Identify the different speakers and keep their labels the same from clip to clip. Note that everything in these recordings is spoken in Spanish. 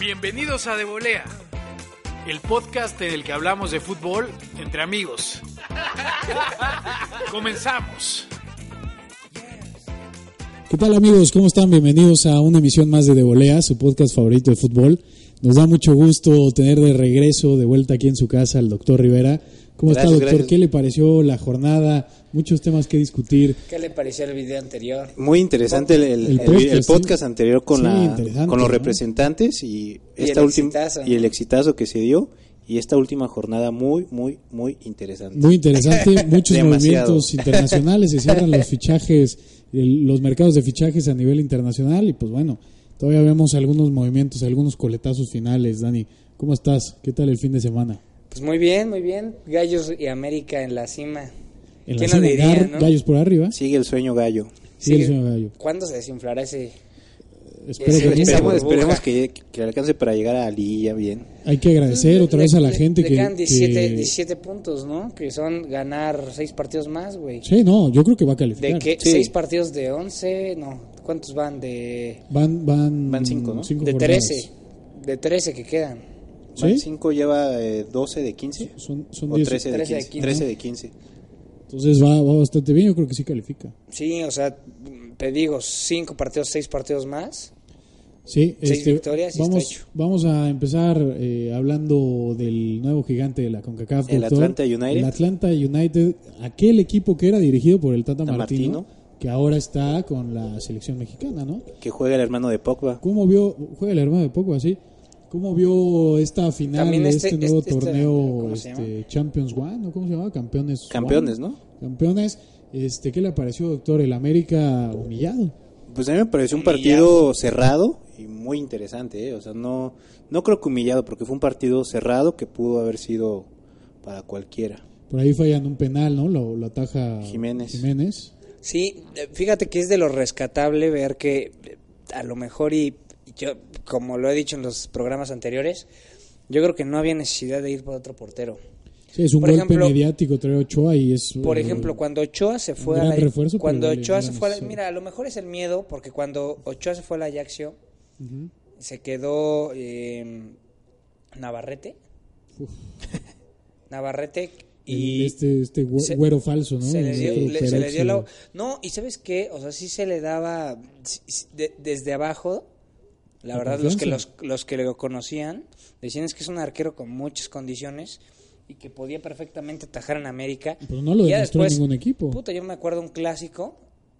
Speaker 1: Bienvenidos a De Volea, el podcast en el que hablamos de fútbol entre amigos. Comenzamos.
Speaker 2: ¿Qué tal amigos? ¿Cómo están? Bienvenidos a una emisión más de De Volea, su podcast favorito de fútbol. Nos da mucho gusto tener de regreso, de vuelta aquí en su casa, al doctor Rivera. ¿Cómo está,
Speaker 3: Gracias,
Speaker 2: doctor?
Speaker 3: gracias.
Speaker 2: ¿Qué le pareció la jornada? Muchos temas que discutir.
Speaker 4: ¿Qué le pareció el video anterior?
Speaker 3: Muy interesante el, el-
Speaker 2: El
Speaker 3: el-
Speaker 2: podcast,
Speaker 3: el podcast
Speaker 2: sí.
Speaker 3: anterior con,
Speaker 2: Sí,
Speaker 3: la,
Speaker 2: interesante,
Speaker 3: con los
Speaker 2: ¿no?
Speaker 3: representantes y,
Speaker 4: Y
Speaker 3: esta
Speaker 4: el
Speaker 3: última
Speaker 4: exitazo,
Speaker 3: y el
Speaker 4: ¿no?
Speaker 3: exitazo que se dio y esta última jornada muy muy muy interesante.
Speaker 2: Muy interesante, muchos
Speaker 3: Demasiado.
Speaker 2: movimientos internacionales, se cierran los fichajes, el- los mercados de fichajes a nivel internacional y pues bueno, todavía vemos algunos movimientos, algunos coletazos finales. Dani, ¿cómo estás? ¿Qué tal el fin de semana?
Speaker 4: Pues muy bien, muy bien. Gallos y América en la cima.
Speaker 2: En la
Speaker 4: ¿Quién
Speaker 2: cima,
Speaker 4: lo diría,
Speaker 2: Gar-
Speaker 4: no?
Speaker 2: Gallos por arriba.
Speaker 3: Sigue el sueño gallo.
Speaker 2: Sí, el sueño gallo.
Speaker 4: ¿Cuándo se desinflará ese?
Speaker 2: Espero
Speaker 4: Sí,
Speaker 2: que no.
Speaker 4: esa
Speaker 3: Esperemos,
Speaker 4: burbuja.
Speaker 3: esperemos que, que alcance para llegar a Liguilla bien.
Speaker 2: Hay que agradecer otra
Speaker 4: Le-
Speaker 2: vez a la
Speaker 4: le-
Speaker 2: gente
Speaker 4: le
Speaker 2: que,
Speaker 4: quedan 17,
Speaker 2: que-
Speaker 4: 17 puntos, ¿no? Que son ganar 6 partidos más, güey.
Speaker 2: Sí, no, yo creo que va a
Speaker 4: ¿De
Speaker 2: calificar.
Speaker 4: que
Speaker 3: Sí.
Speaker 4: 6 partidos de 11? No. ¿Cuántos van? De,
Speaker 2: Van, van,
Speaker 3: Van cinco, ¿no?
Speaker 4: de
Speaker 2: jornadas.
Speaker 4: 13. De 13 que quedan.
Speaker 3: Van
Speaker 2: ¿Sí?
Speaker 3: 5 lleva eh, 12 de 15
Speaker 2: Son, son
Speaker 3: o
Speaker 2: 10.
Speaker 3: 13 de
Speaker 4: Trece de
Speaker 3: 15.
Speaker 4: quince.
Speaker 3: 13 de 15.
Speaker 2: Entonces va, va bastante bien, yo creo que sí califica.
Speaker 4: Sí, o sea, te digo, 5 partidos, 6 partidos más.
Speaker 2: Sí,
Speaker 4: Seis
Speaker 2: este,
Speaker 4: victorias y está
Speaker 2: vamos,
Speaker 4: hecho.
Speaker 2: vamos a empezar eh, hablando del nuevo gigante de la CONCACAF.
Speaker 3: El
Speaker 2: doctor.
Speaker 3: Atlanta United.
Speaker 2: El Atlanta United, aquel equipo que era dirigido por el Tata
Speaker 3: Tata
Speaker 2: Martino,
Speaker 3: Martino.
Speaker 2: que ahora está con la selección mexicana, ¿no?
Speaker 3: Que juega el hermano de Pogba.
Speaker 2: ¿Cómo vio, juega el hermano de poco así? ¿Cómo vio esta final
Speaker 4: También
Speaker 2: de este,
Speaker 4: este-
Speaker 2: nuevo
Speaker 4: este- este-
Speaker 2: torneo
Speaker 4: ¿cómo se
Speaker 2: este, Champions One? ¿o ¿Cómo se llama? Campeones.
Speaker 3: Campeones,
Speaker 2: One.
Speaker 3: ¿no?
Speaker 2: Campeones. Este, ¿Qué le pareció, doctor? El América humillado.
Speaker 3: Pues a mí me pareció un partido cerrado y muy interesante, ¿eh? o sea, no no creo que humillado porque fue un partido cerrado que pudo haber sido para cualquiera.
Speaker 2: Por ahí fallando un penal, ¿no? Lo, lo ataja
Speaker 3: Jiménez.
Speaker 2: Jiménez.
Speaker 4: Sí, eh, fíjate que es de lo rescatable ver que eh, a lo mejor y y yo, como lo he dicho en los programas anteriores, yo creo que no había necesidad de ir por otro portero.
Speaker 2: Sí, es un
Speaker 4: Por
Speaker 2: golpe
Speaker 4: ejemplo-
Speaker 2: mediático, trae Ochoa y es...
Speaker 4: Por
Speaker 2: eh,
Speaker 4: ejemplo, cuando Ochoa se fue
Speaker 2: gran
Speaker 4: a la
Speaker 2: refuerzo, pero
Speaker 4: cuando
Speaker 2: igual y
Speaker 4: Ochoa
Speaker 2: no
Speaker 4: se
Speaker 2: era
Speaker 4: fue a la-
Speaker 2: necesario.
Speaker 4: mira, a lo mejor es el miedo porque cuando Ochoa se fue a la Ajaxio
Speaker 2: Ujú.
Speaker 4: se quedó eh, Navarrete.
Speaker 2: Uf.
Speaker 4: Navarrete
Speaker 2: Y
Speaker 4: y
Speaker 2: este, este güe-
Speaker 4: se-
Speaker 2: güero falso, ¿no?
Speaker 4: Se le
Speaker 2: El
Speaker 4: dio,
Speaker 2: otro eh,
Speaker 4: le- se le dio la...
Speaker 2: Peroxi.
Speaker 4: No, y ¿sabes qué? O sea, sí se le daba s- s- de- desde abajo. La
Speaker 2: La
Speaker 4: verdad, los que, los,
Speaker 2: confianza.
Speaker 4: los que lo conocían decían es que es un arquero con muchas condiciones y que podía perfectamente atajar en América.
Speaker 2: Pero no lo
Speaker 4: Y ya
Speaker 2: demostró en
Speaker 4: después,
Speaker 2: ningún equipo.
Speaker 4: Puta, yo me acuerdo un clásico.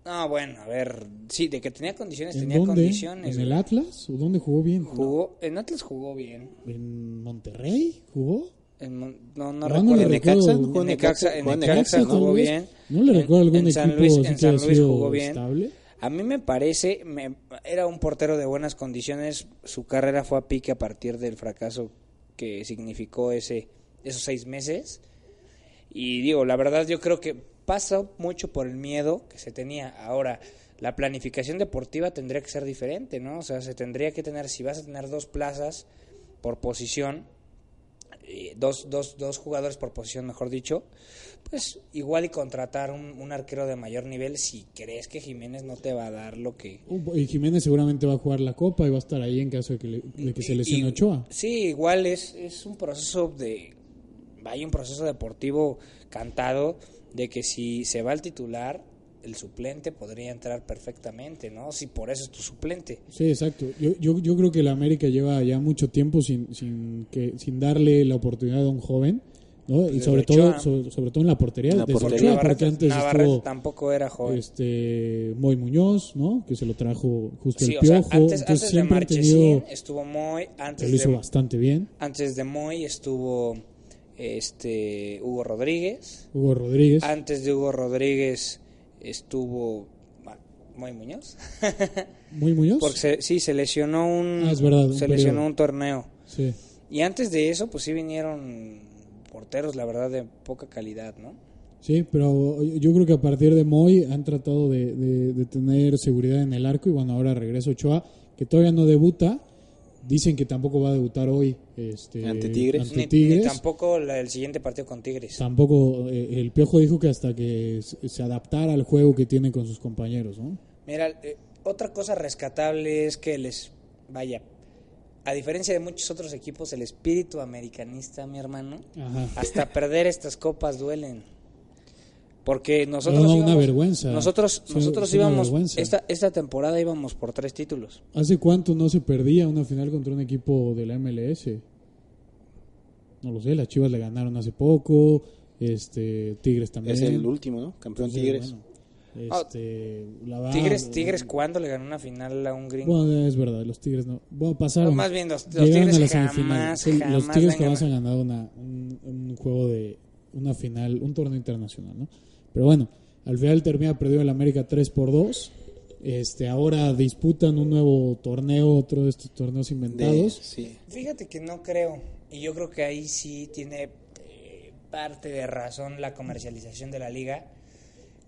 Speaker 4: No, bueno, a ver, sí, de que tenía condiciones,
Speaker 2: ¿En
Speaker 4: tenía
Speaker 2: dónde?
Speaker 4: condiciones.
Speaker 2: ¿En el
Speaker 4: güey.
Speaker 2: Atlas? ¿O dónde jugó bien?
Speaker 4: Jugó, en Atlas jugó bien.
Speaker 2: ¿En Monterrey jugó?
Speaker 4: En Mon- no,
Speaker 2: No, no
Speaker 4: no recuerdo.
Speaker 2: le
Speaker 3: ¿En
Speaker 2: recuerdo.
Speaker 3: Necaxa? ¿No jugó
Speaker 4: En Necaxa, en
Speaker 3: Jugó en
Speaker 4: Necaxa,
Speaker 3: Necaxa,
Speaker 4: ¿no?
Speaker 3: ¿no?
Speaker 4: jugó
Speaker 2: tal vez.
Speaker 4: bien.
Speaker 2: No le
Speaker 4: En-
Speaker 2: recuerdo algún
Speaker 4: en San
Speaker 2: equipo
Speaker 4: Luis-
Speaker 2: así
Speaker 4: en
Speaker 2: que
Speaker 4: San
Speaker 2: haya
Speaker 4: Luis
Speaker 2: sido
Speaker 4: jugó bien.
Speaker 2: estable.
Speaker 4: A mí me parece, me- era un portero de buenas condiciones, su carrera fue a pique a partir del fracaso que significó ese esos seis meses. Y digo, la verdad yo creo que pasa mucho por el miedo que se tenía. Ahora, la planificación deportiva tendría que ser diferente, ¿no? O sea, se tendría que tener, si vas a tener dos plazas por posición, eh, dos, dos, dos jugadores por posición, mejor dicho, pues igual y contratar un, un arquero de mayor nivel si crees que Jiménez no te va a dar lo que...
Speaker 2: Uh, Y Jiménez seguramente va a jugar la Copa y va a estar ahí en caso de que, le- de que se lesione
Speaker 4: Y-
Speaker 2: Ochoa.
Speaker 4: Sí, igual es, es un proceso de... Hay un proceso deportivo cantado de que si se va el titular, el suplente podría entrar perfectamente, ¿no? Si por eso es tu suplente.
Speaker 2: Sí, exacto. Yo, yo, yo creo que la América lleva ya mucho tiempo sin, sin, que, sin darle la oportunidad a un joven, ¿no? Y
Speaker 4: Pues Desde
Speaker 2: sobre todo,
Speaker 4: Ochoa.
Speaker 2: sobre, sobre todo en la portería.
Speaker 3: En la
Speaker 2: desde Ochoa,
Speaker 3: portería.
Speaker 2: porque
Speaker 4: Navarrete,
Speaker 2: antes
Speaker 4: Navarrete
Speaker 2: estuvo
Speaker 4: tampoco eh. era joven.
Speaker 2: este, Moy Muñoz, ¿no? Que se lo trajo justo este,
Speaker 4: Sí,
Speaker 2: el
Speaker 4: o sea,
Speaker 2: Piojo.
Speaker 4: antes, antes
Speaker 2: Entonces
Speaker 4: de
Speaker 2: siempre han
Speaker 4: Marchesín
Speaker 2: tenido...
Speaker 4: estuvo Moy,
Speaker 2: que
Speaker 4: antes
Speaker 2: Lo hizo
Speaker 4: de,
Speaker 2: bastante bien.
Speaker 4: antes de Moy estuvo este Hugo Rodríguez,
Speaker 2: Hugo Rodríguez.
Speaker 4: antes de Hugo Rodríguez estuvo Ma- Moy Muñoz.
Speaker 2: ¿Muy Muñoz?
Speaker 4: Porque se- sí, se lesionó un,
Speaker 2: Ah, es verdad, un
Speaker 4: se lesionó
Speaker 2: periodo.
Speaker 4: un torneo.
Speaker 2: Sí.
Speaker 4: Y antes de eso, pues sí vinieron porteros, la verdad, de poca calidad, ¿no?
Speaker 2: Sí, pero yo creo que a partir de Moy han tratado de, de- de tener seguridad en el arco y bueno, ahora regresa Ochoa, que todavía no debuta. Dicen que tampoco va a debutar hoy. Este,
Speaker 3: Ante Tigres.
Speaker 2: ante
Speaker 4: Ni, ni
Speaker 2: Tigres.
Speaker 4: tampoco la- el siguiente partido con Tigres.
Speaker 2: Tampoco, eh, el Piojo dijo que hasta que s- se adaptara al juego que tiene con sus compañeros, ¿no?
Speaker 4: Mira, eh, otra cosa rescatable es que les, vaya, a diferencia de muchos otros equipos, el espíritu americanista, mi hermano,
Speaker 2: Ajá.
Speaker 4: hasta perder estas copas duelen. Porque nosotros
Speaker 2: No, no, una
Speaker 4: íbamos-
Speaker 2: vergüenza.
Speaker 4: Nosotros,
Speaker 2: Es una-
Speaker 4: nosotros
Speaker 2: es una
Speaker 4: íbamos,
Speaker 2: vergüenza.
Speaker 4: esta, esta temporada íbamos por tres títulos.
Speaker 2: ¿Hace cuánto no se perdía una final contra un equipo de la MLS? No lo sé, las Chivas le ganaron hace poco, este Tigres también.
Speaker 3: Es el último, ¿no? Campeón
Speaker 2: Entonces,
Speaker 3: Tigres.
Speaker 2: bueno, este, la verdad-
Speaker 4: Ah, Tigres, Tigres, ¿cuándo le ganó una final a un gringo?
Speaker 2: Bueno, es verdad, los Tigres no. Bueno, pasaron.
Speaker 4: No, más bien, los- los
Speaker 2: Llegaron
Speaker 4: Tigres
Speaker 2: a la
Speaker 4: jamás,
Speaker 2: semifinal. Sí,
Speaker 4: jamás
Speaker 2: Los Tigres
Speaker 4: le han
Speaker 2: jamás han ganado una- un, un juego de. Una final, un torneo internacional, ¿no? Pero bueno, al final termina perdido el América 3 por 2. Este, ahora disputan un nuevo torneo, otro de estos torneos
Speaker 3: De-
Speaker 2: inventados.
Speaker 3: sí.
Speaker 4: Fíjate que no creo. Y yo creo que ahí sí tiene eh, parte de razón la comercialización de la liga,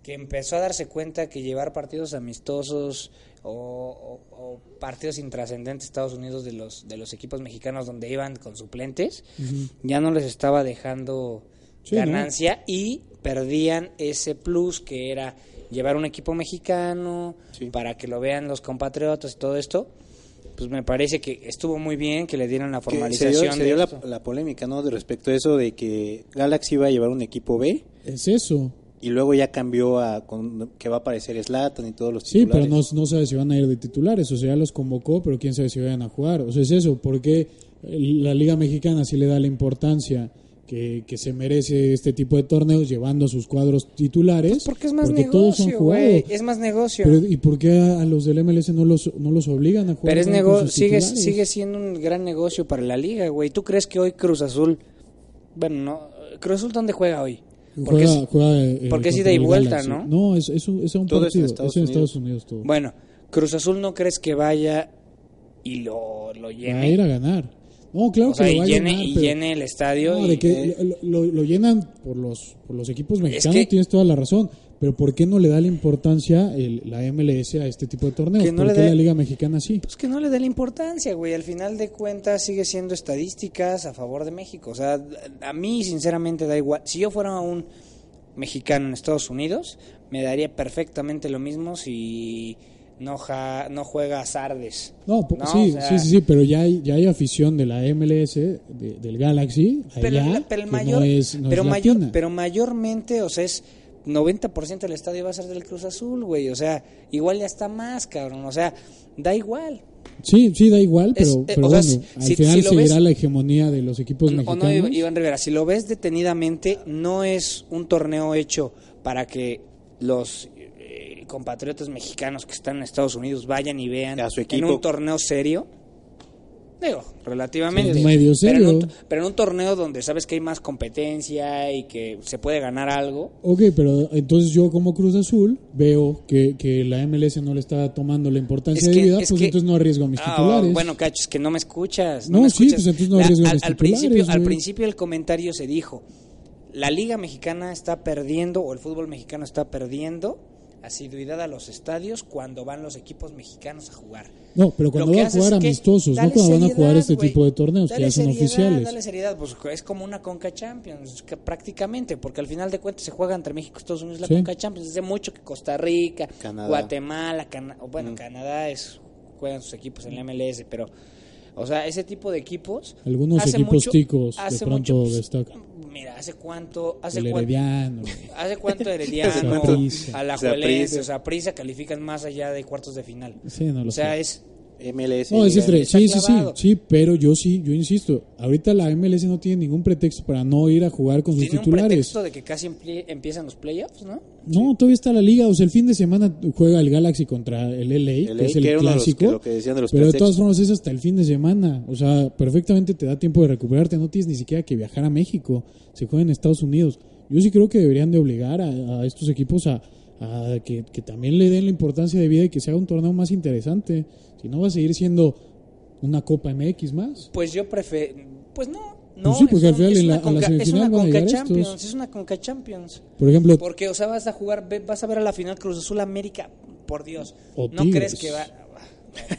Speaker 4: que empezó a darse cuenta que llevar partidos amistosos o, o- o partidos intrascendentes Estados Unidos de los, de los equipos mexicanos donde iban con suplentes, ya no les estaba dejando
Speaker 2: Sí, ¿no?
Speaker 4: ganancia y perdían ese plus que era llevar un equipo mexicano
Speaker 3: Sí.
Speaker 4: para que lo vean los compatriotas y todo esto. Pues me parece que estuvo muy bien que le dieran la
Speaker 3: Que
Speaker 4: formalización.
Speaker 3: se dio, se
Speaker 4: de
Speaker 3: dio la,
Speaker 4: esto.
Speaker 3: la polémica, ¿no? De respecto a eso de que Galaxy iba a llevar un equipo B
Speaker 2: Es eso.
Speaker 3: y luego ya cambió a con- que va a aparecer Slatan y todos los
Speaker 2: Sí, pero
Speaker 3: titulares.
Speaker 2: no, no sabe si van a ir de titulares, o sea, ya los convocó, pero quién sabe si vayan a jugar. O sea, es eso, porque la Liga Mexicana sí le da la importancia que, que se merece este tipo de torneos, llevando a sus cuadros titulares.
Speaker 4: porque es más
Speaker 2: todos han
Speaker 4: negocio,
Speaker 2: jugado.
Speaker 4: güey. Es más negocio.
Speaker 2: Pero,
Speaker 4: Pero,
Speaker 2: ¿Y por qué a, a los del MLS no los, no los obligan a jugar?
Speaker 4: es
Speaker 2: con
Speaker 4: nego
Speaker 2: sus
Speaker 4: sigue,
Speaker 2: titulares?
Speaker 4: sigue siendo un gran negocio para la liga, güey. ¿Tú crees que hoy Cruz Azul... Bueno, no... ¿Cruz Azul dónde juega hoy? Porque
Speaker 2: Juega-
Speaker 4: es-
Speaker 2: juega, eh,
Speaker 4: porque es
Speaker 2: contra
Speaker 4: ida y
Speaker 2: el
Speaker 4: vuelta,
Speaker 2: Galaxy.
Speaker 4: ¿no?
Speaker 2: No, es, es un, es un
Speaker 3: Todo es
Speaker 2: partido, es
Speaker 3: en
Speaker 2: en
Speaker 3: Estados
Speaker 2: Estados, Unidos. todo.
Speaker 4: Bueno, Cruz Azul no crees que vaya y lo, lo
Speaker 2: Va a ir
Speaker 4: llene.
Speaker 2: a ganar. No, claro
Speaker 4: O sea,
Speaker 2: que lo
Speaker 4: y
Speaker 2: va a
Speaker 4: llene,
Speaker 2: llenar,
Speaker 4: y
Speaker 2: pero-
Speaker 4: llene el estadio.
Speaker 2: No,
Speaker 4: y-
Speaker 2: de que lo, lo- lo llenan por los, por los equipos mexicanos,
Speaker 4: que-
Speaker 2: tienes toda la razón. Pero ¿por qué no le da la importancia el- la MLS a este tipo de torneos?
Speaker 4: Que no
Speaker 2: ¿Por
Speaker 4: le
Speaker 2: qué
Speaker 4: dé-
Speaker 2: la Liga Mexicana sí?
Speaker 4: Pues que no le dé la importancia, güey. Al final de cuentas sigue siendo estadísticas a favor de México. O sea, a mí sinceramente da igual. Si yo fuera un mexicano en Estados Unidos, me daría perfectamente lo mismo si no, ja- no juega a Sardes.
Speaker 2: No, po-
Speaker 4: No,
Speaker 2: sí,
Speaker 4: o sea,
Speaker 2: sí, sí, sí, pero ya hay, ya hay afición de la MLS, de- del Galaxy, allá,
Speaker 4: Pero, la- pero el
Speaker 2: que
Speaker 4: mayor,
Speaker 2: no es, no
Speaker 4: pero,
Speaker 2: es
Speaker 4: mayor-
Speaker 2: latina.
Speaker 4: pero mayormente, o sea, es 90% del estadio va a ser del Cruz Azul, güey. O sea, igual ya está más, cabrón. O sea, da igual.
Speaker 2: Sí, sí, da igual,
Speaker 4: Es-
Speaker 2: pero,
Speaker 4: eh,
Speaker 2: pero
Speaker 4: o sea,
Speaker 2: bueno,
Speaker 4: si-
Speaker 2: al
Speaker 4: si-
Speaker 2: final
Speaker 4: si lo
Speaker 2: seguirá
Speaker 4: ves-
Speaker 2: la hegemonía de los equipos
Speaker 4: No, o no,
Speaker 2: mexicanos.
Speaker 4: Iván Rivera, si lo ves detenidamente, no es un torneo hecho para que los eh, compatriotas mexicanos que están en Estados Unidos vayan y vean
Speaker 3: A su
Speaker 4: en
Speaker 3: equipo.
Speaker 4: un torneo serio. Digo, relativamente.
Speaker 2: Sí, es medio
Speaker 4: Pero, en un,
Speaker 2: serio.
Speaker 4: to- pero en un torneo donde sabes que hay más competencia y que se puede ganar algo.
Speaker 2: Ok, pero entonces yo como Cruz Azul veo que, que la MLS no le está tomando la importancia de vida,
Speaker 4: es
Speaker 2: pues entonces no arriesgo a mis
Speaker 4: Ah,
Speaker 2: titulares.
Speaker 4: bueno, cacho, es que no me escuchas.
Speaker 2: No,
Speaker 4: me
Speaker 2: sí,
Speaker 4: escuchas.
Speaker 2: pues entonces no
Speaker 4: La-
Speaker 2: arriesgo a
Speaker 4: al,
Speaker 2: mis
Speaker 4: al
Speaker 2: titulares,
Speaker 4: principio, al
Speaker 2: güey.
Speaker 4: principio el comentario se dijo, la Liga Mexicana está perdiendo, o el fútbol mexicano está perdiendo asiduidad a los estadios cuando van los equipos mexicanos a jugar.
Speaker 2: No, pero cuando
Speaker 4: Lo que
Speaker 2: van a
Speaker 4: haces
Speaker 2: jugar
Speaker 4: es que
Speaker 2: amistosos, no
Speaker 4: dale
Speaker 2: cuando van a jugar
Speaker 4: seriedad,
Speaker 2: este
Speaker 4: güey.
Speaker 2: tipo de torneos que
Speaker 4: Dale
Speaker 2: ya son
Speaker 4: seriedad,
Speaker 2: oficiales.
Speaker 4: Dale seriedad, pues es como una Conca Champions, que prácticamente, porque al final de cuentas se juega entre México y Estados Unidos la
Speaker 2: Sí.
Speaker 4: Conca Champions. Hace mucho que Costa Rica,
Speaker 3: Canadá.
Speaker 4: Guatemala, Cana- o bueno, Canadá es juegan sus equipos en la MLS, pero o sea, ese tipo de equipos
Speaker 2: Algunos
Speaker 4: hace
Speaker 2: equipos
Speaker 4: mucho-
Speaker 2: ticos de
Speaker 4: hace
Speaker 2: pronto
Speaker 4: pues,
Speaker 2: destacan.
Speaker 4: Mira, hace cuánto hace
Speaker 2: El
Speaker 4: cuánto
Speaker 2: Herediano. güey.
Speaker 4: ¿Hace cuánto Herediano,
Speaker 2: Saprissa.
Speaker 4: a la
Speaker 3: Saprissa.
Speaker 4: o sea, Prisa califican más allá de cuartos de final?
Speaker 2: Sí, no lo
Speaker 4: o sea,
Speaker 2: sé.
Speaker 4: es
Speaker 3: MLS.
Speaker 2: No, es
Speaker 3: Liga
Speaker 2: estrella.
Speaker 4: está
Speaker 2: Sí, sí, sí,
Speaker 4: clavado.
Speaker 2: sí, pero yo sí, yo insisto, ahorita la MLS no tiene ningún pretexto para no ir a jugar con sus
Speaker 4: tiene un
Speaker 2: titulares.
Speaker 4: pretexto de que casi empie- empiezan los playoffs, ¿no?
Speaker 2: No, todavía está la liga, o sea, el fin de semana juega el Galaxy contra el LA, que
Speaker 3: LA,
Speaker 2: es el
Speaker 3: que era uno de los-
Speaker 2: clásico.
Speaker 3: lo que decían de los
Speaker 2: Pero de
Speaker 3: pretextos.
Speaker 2: todas formas es hasta el fin de semana, o sea, perfectamente te da tiempo de recuperarte, no tienes ni siquiera que viajar a México, se juega en Estados Unidos. Yo sí creo que deberían de obligar a, a estos equipos a, a a que, que también le den la importancia de vida y que sea un torneo más interesante. Si no, va a seguir siendo una Copa MX más.
Speaker 4: Pues yo prefiero. Pues no. No,
Speaker 2: sí, porque
Speaker 4: es
Speaker 2: al final
Speaker 4: es
Speaker 2: en la-
Speaker 4: una
Speaker 2: a la
Speaker 4: Conca- es
Speaker 2: semifinal
Speaker 4: una
Speaker 2: van a
Speaker 4: Conca
Speaker 2: llegar estos.
Speaker 4: Champions, es una Conca Champions.
Speaker 2: Por ejemplo,
Speaker 4: Porque, o sea, vas a jugar, ve- vas a ver a la final Cruz Azul América, por Dios.
Speaker 2: O
Speaker 4: ¿No
Speaker 2: Tigres.
Speaker 4: crees que va?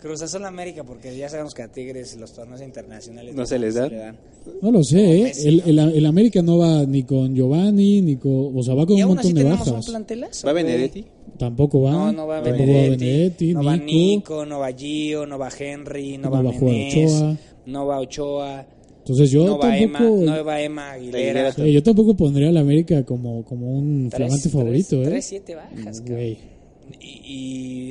Speaker 4: Cruz Azul América, porque ya sabemos que a Tigres los torneos internacionales
Speaker 3: No se les da.
Speaker 2: no lo sé, ¿eh?
Speaker 4: Messi,
Speaker 2: el, el, el América no va ni con Giovanni, ni con... O sea, va con
Speaker 4: Y
Speaker 2: un
Speaker 4: aún así
Speaker 2: montón de
Speaker 4: tenemos un
Speaker 2: bajas.
Speaker 4: plantelazo.
Speaker 3: ¿Va
Speaker 4: güey.
Speaker 3: Benedetti?
Speaker 2: Tampoco va.
Speaker 4: No, no va
Speaker 2: tampoco va
Speaker 4: Benedetti.
Speaker 2: Benedetti,
Speaker 4: No va
Speaker 2: Nico.
Speaker 4: Nico, no va Gio, no va Henry, no,
Speaker 2: No
Speaker 4: va
Speaker 2: va Juan
Speaker 4: Menés,
Speaker 2: Ochoa.
Speaker 4: no va Ochoa,
Speaker 2: Entonces yo
Speaker 4: no va Emma,
Speaker 2: tampoco...
Speaker 4: no va Emma Aguilera.
Speaker 3: Aguilera
Speaker 2: Sí, yo tampoco pondría al América como, como un
Speaker 4: Tres-
Speaker 2: flamante favorito,
Speaker 4: tres-
Speaker 2: ¿eh?
Speaker 4: tres, siete bajas, cabrón.
Speaker 2: Güey.
Speaker 4: Y,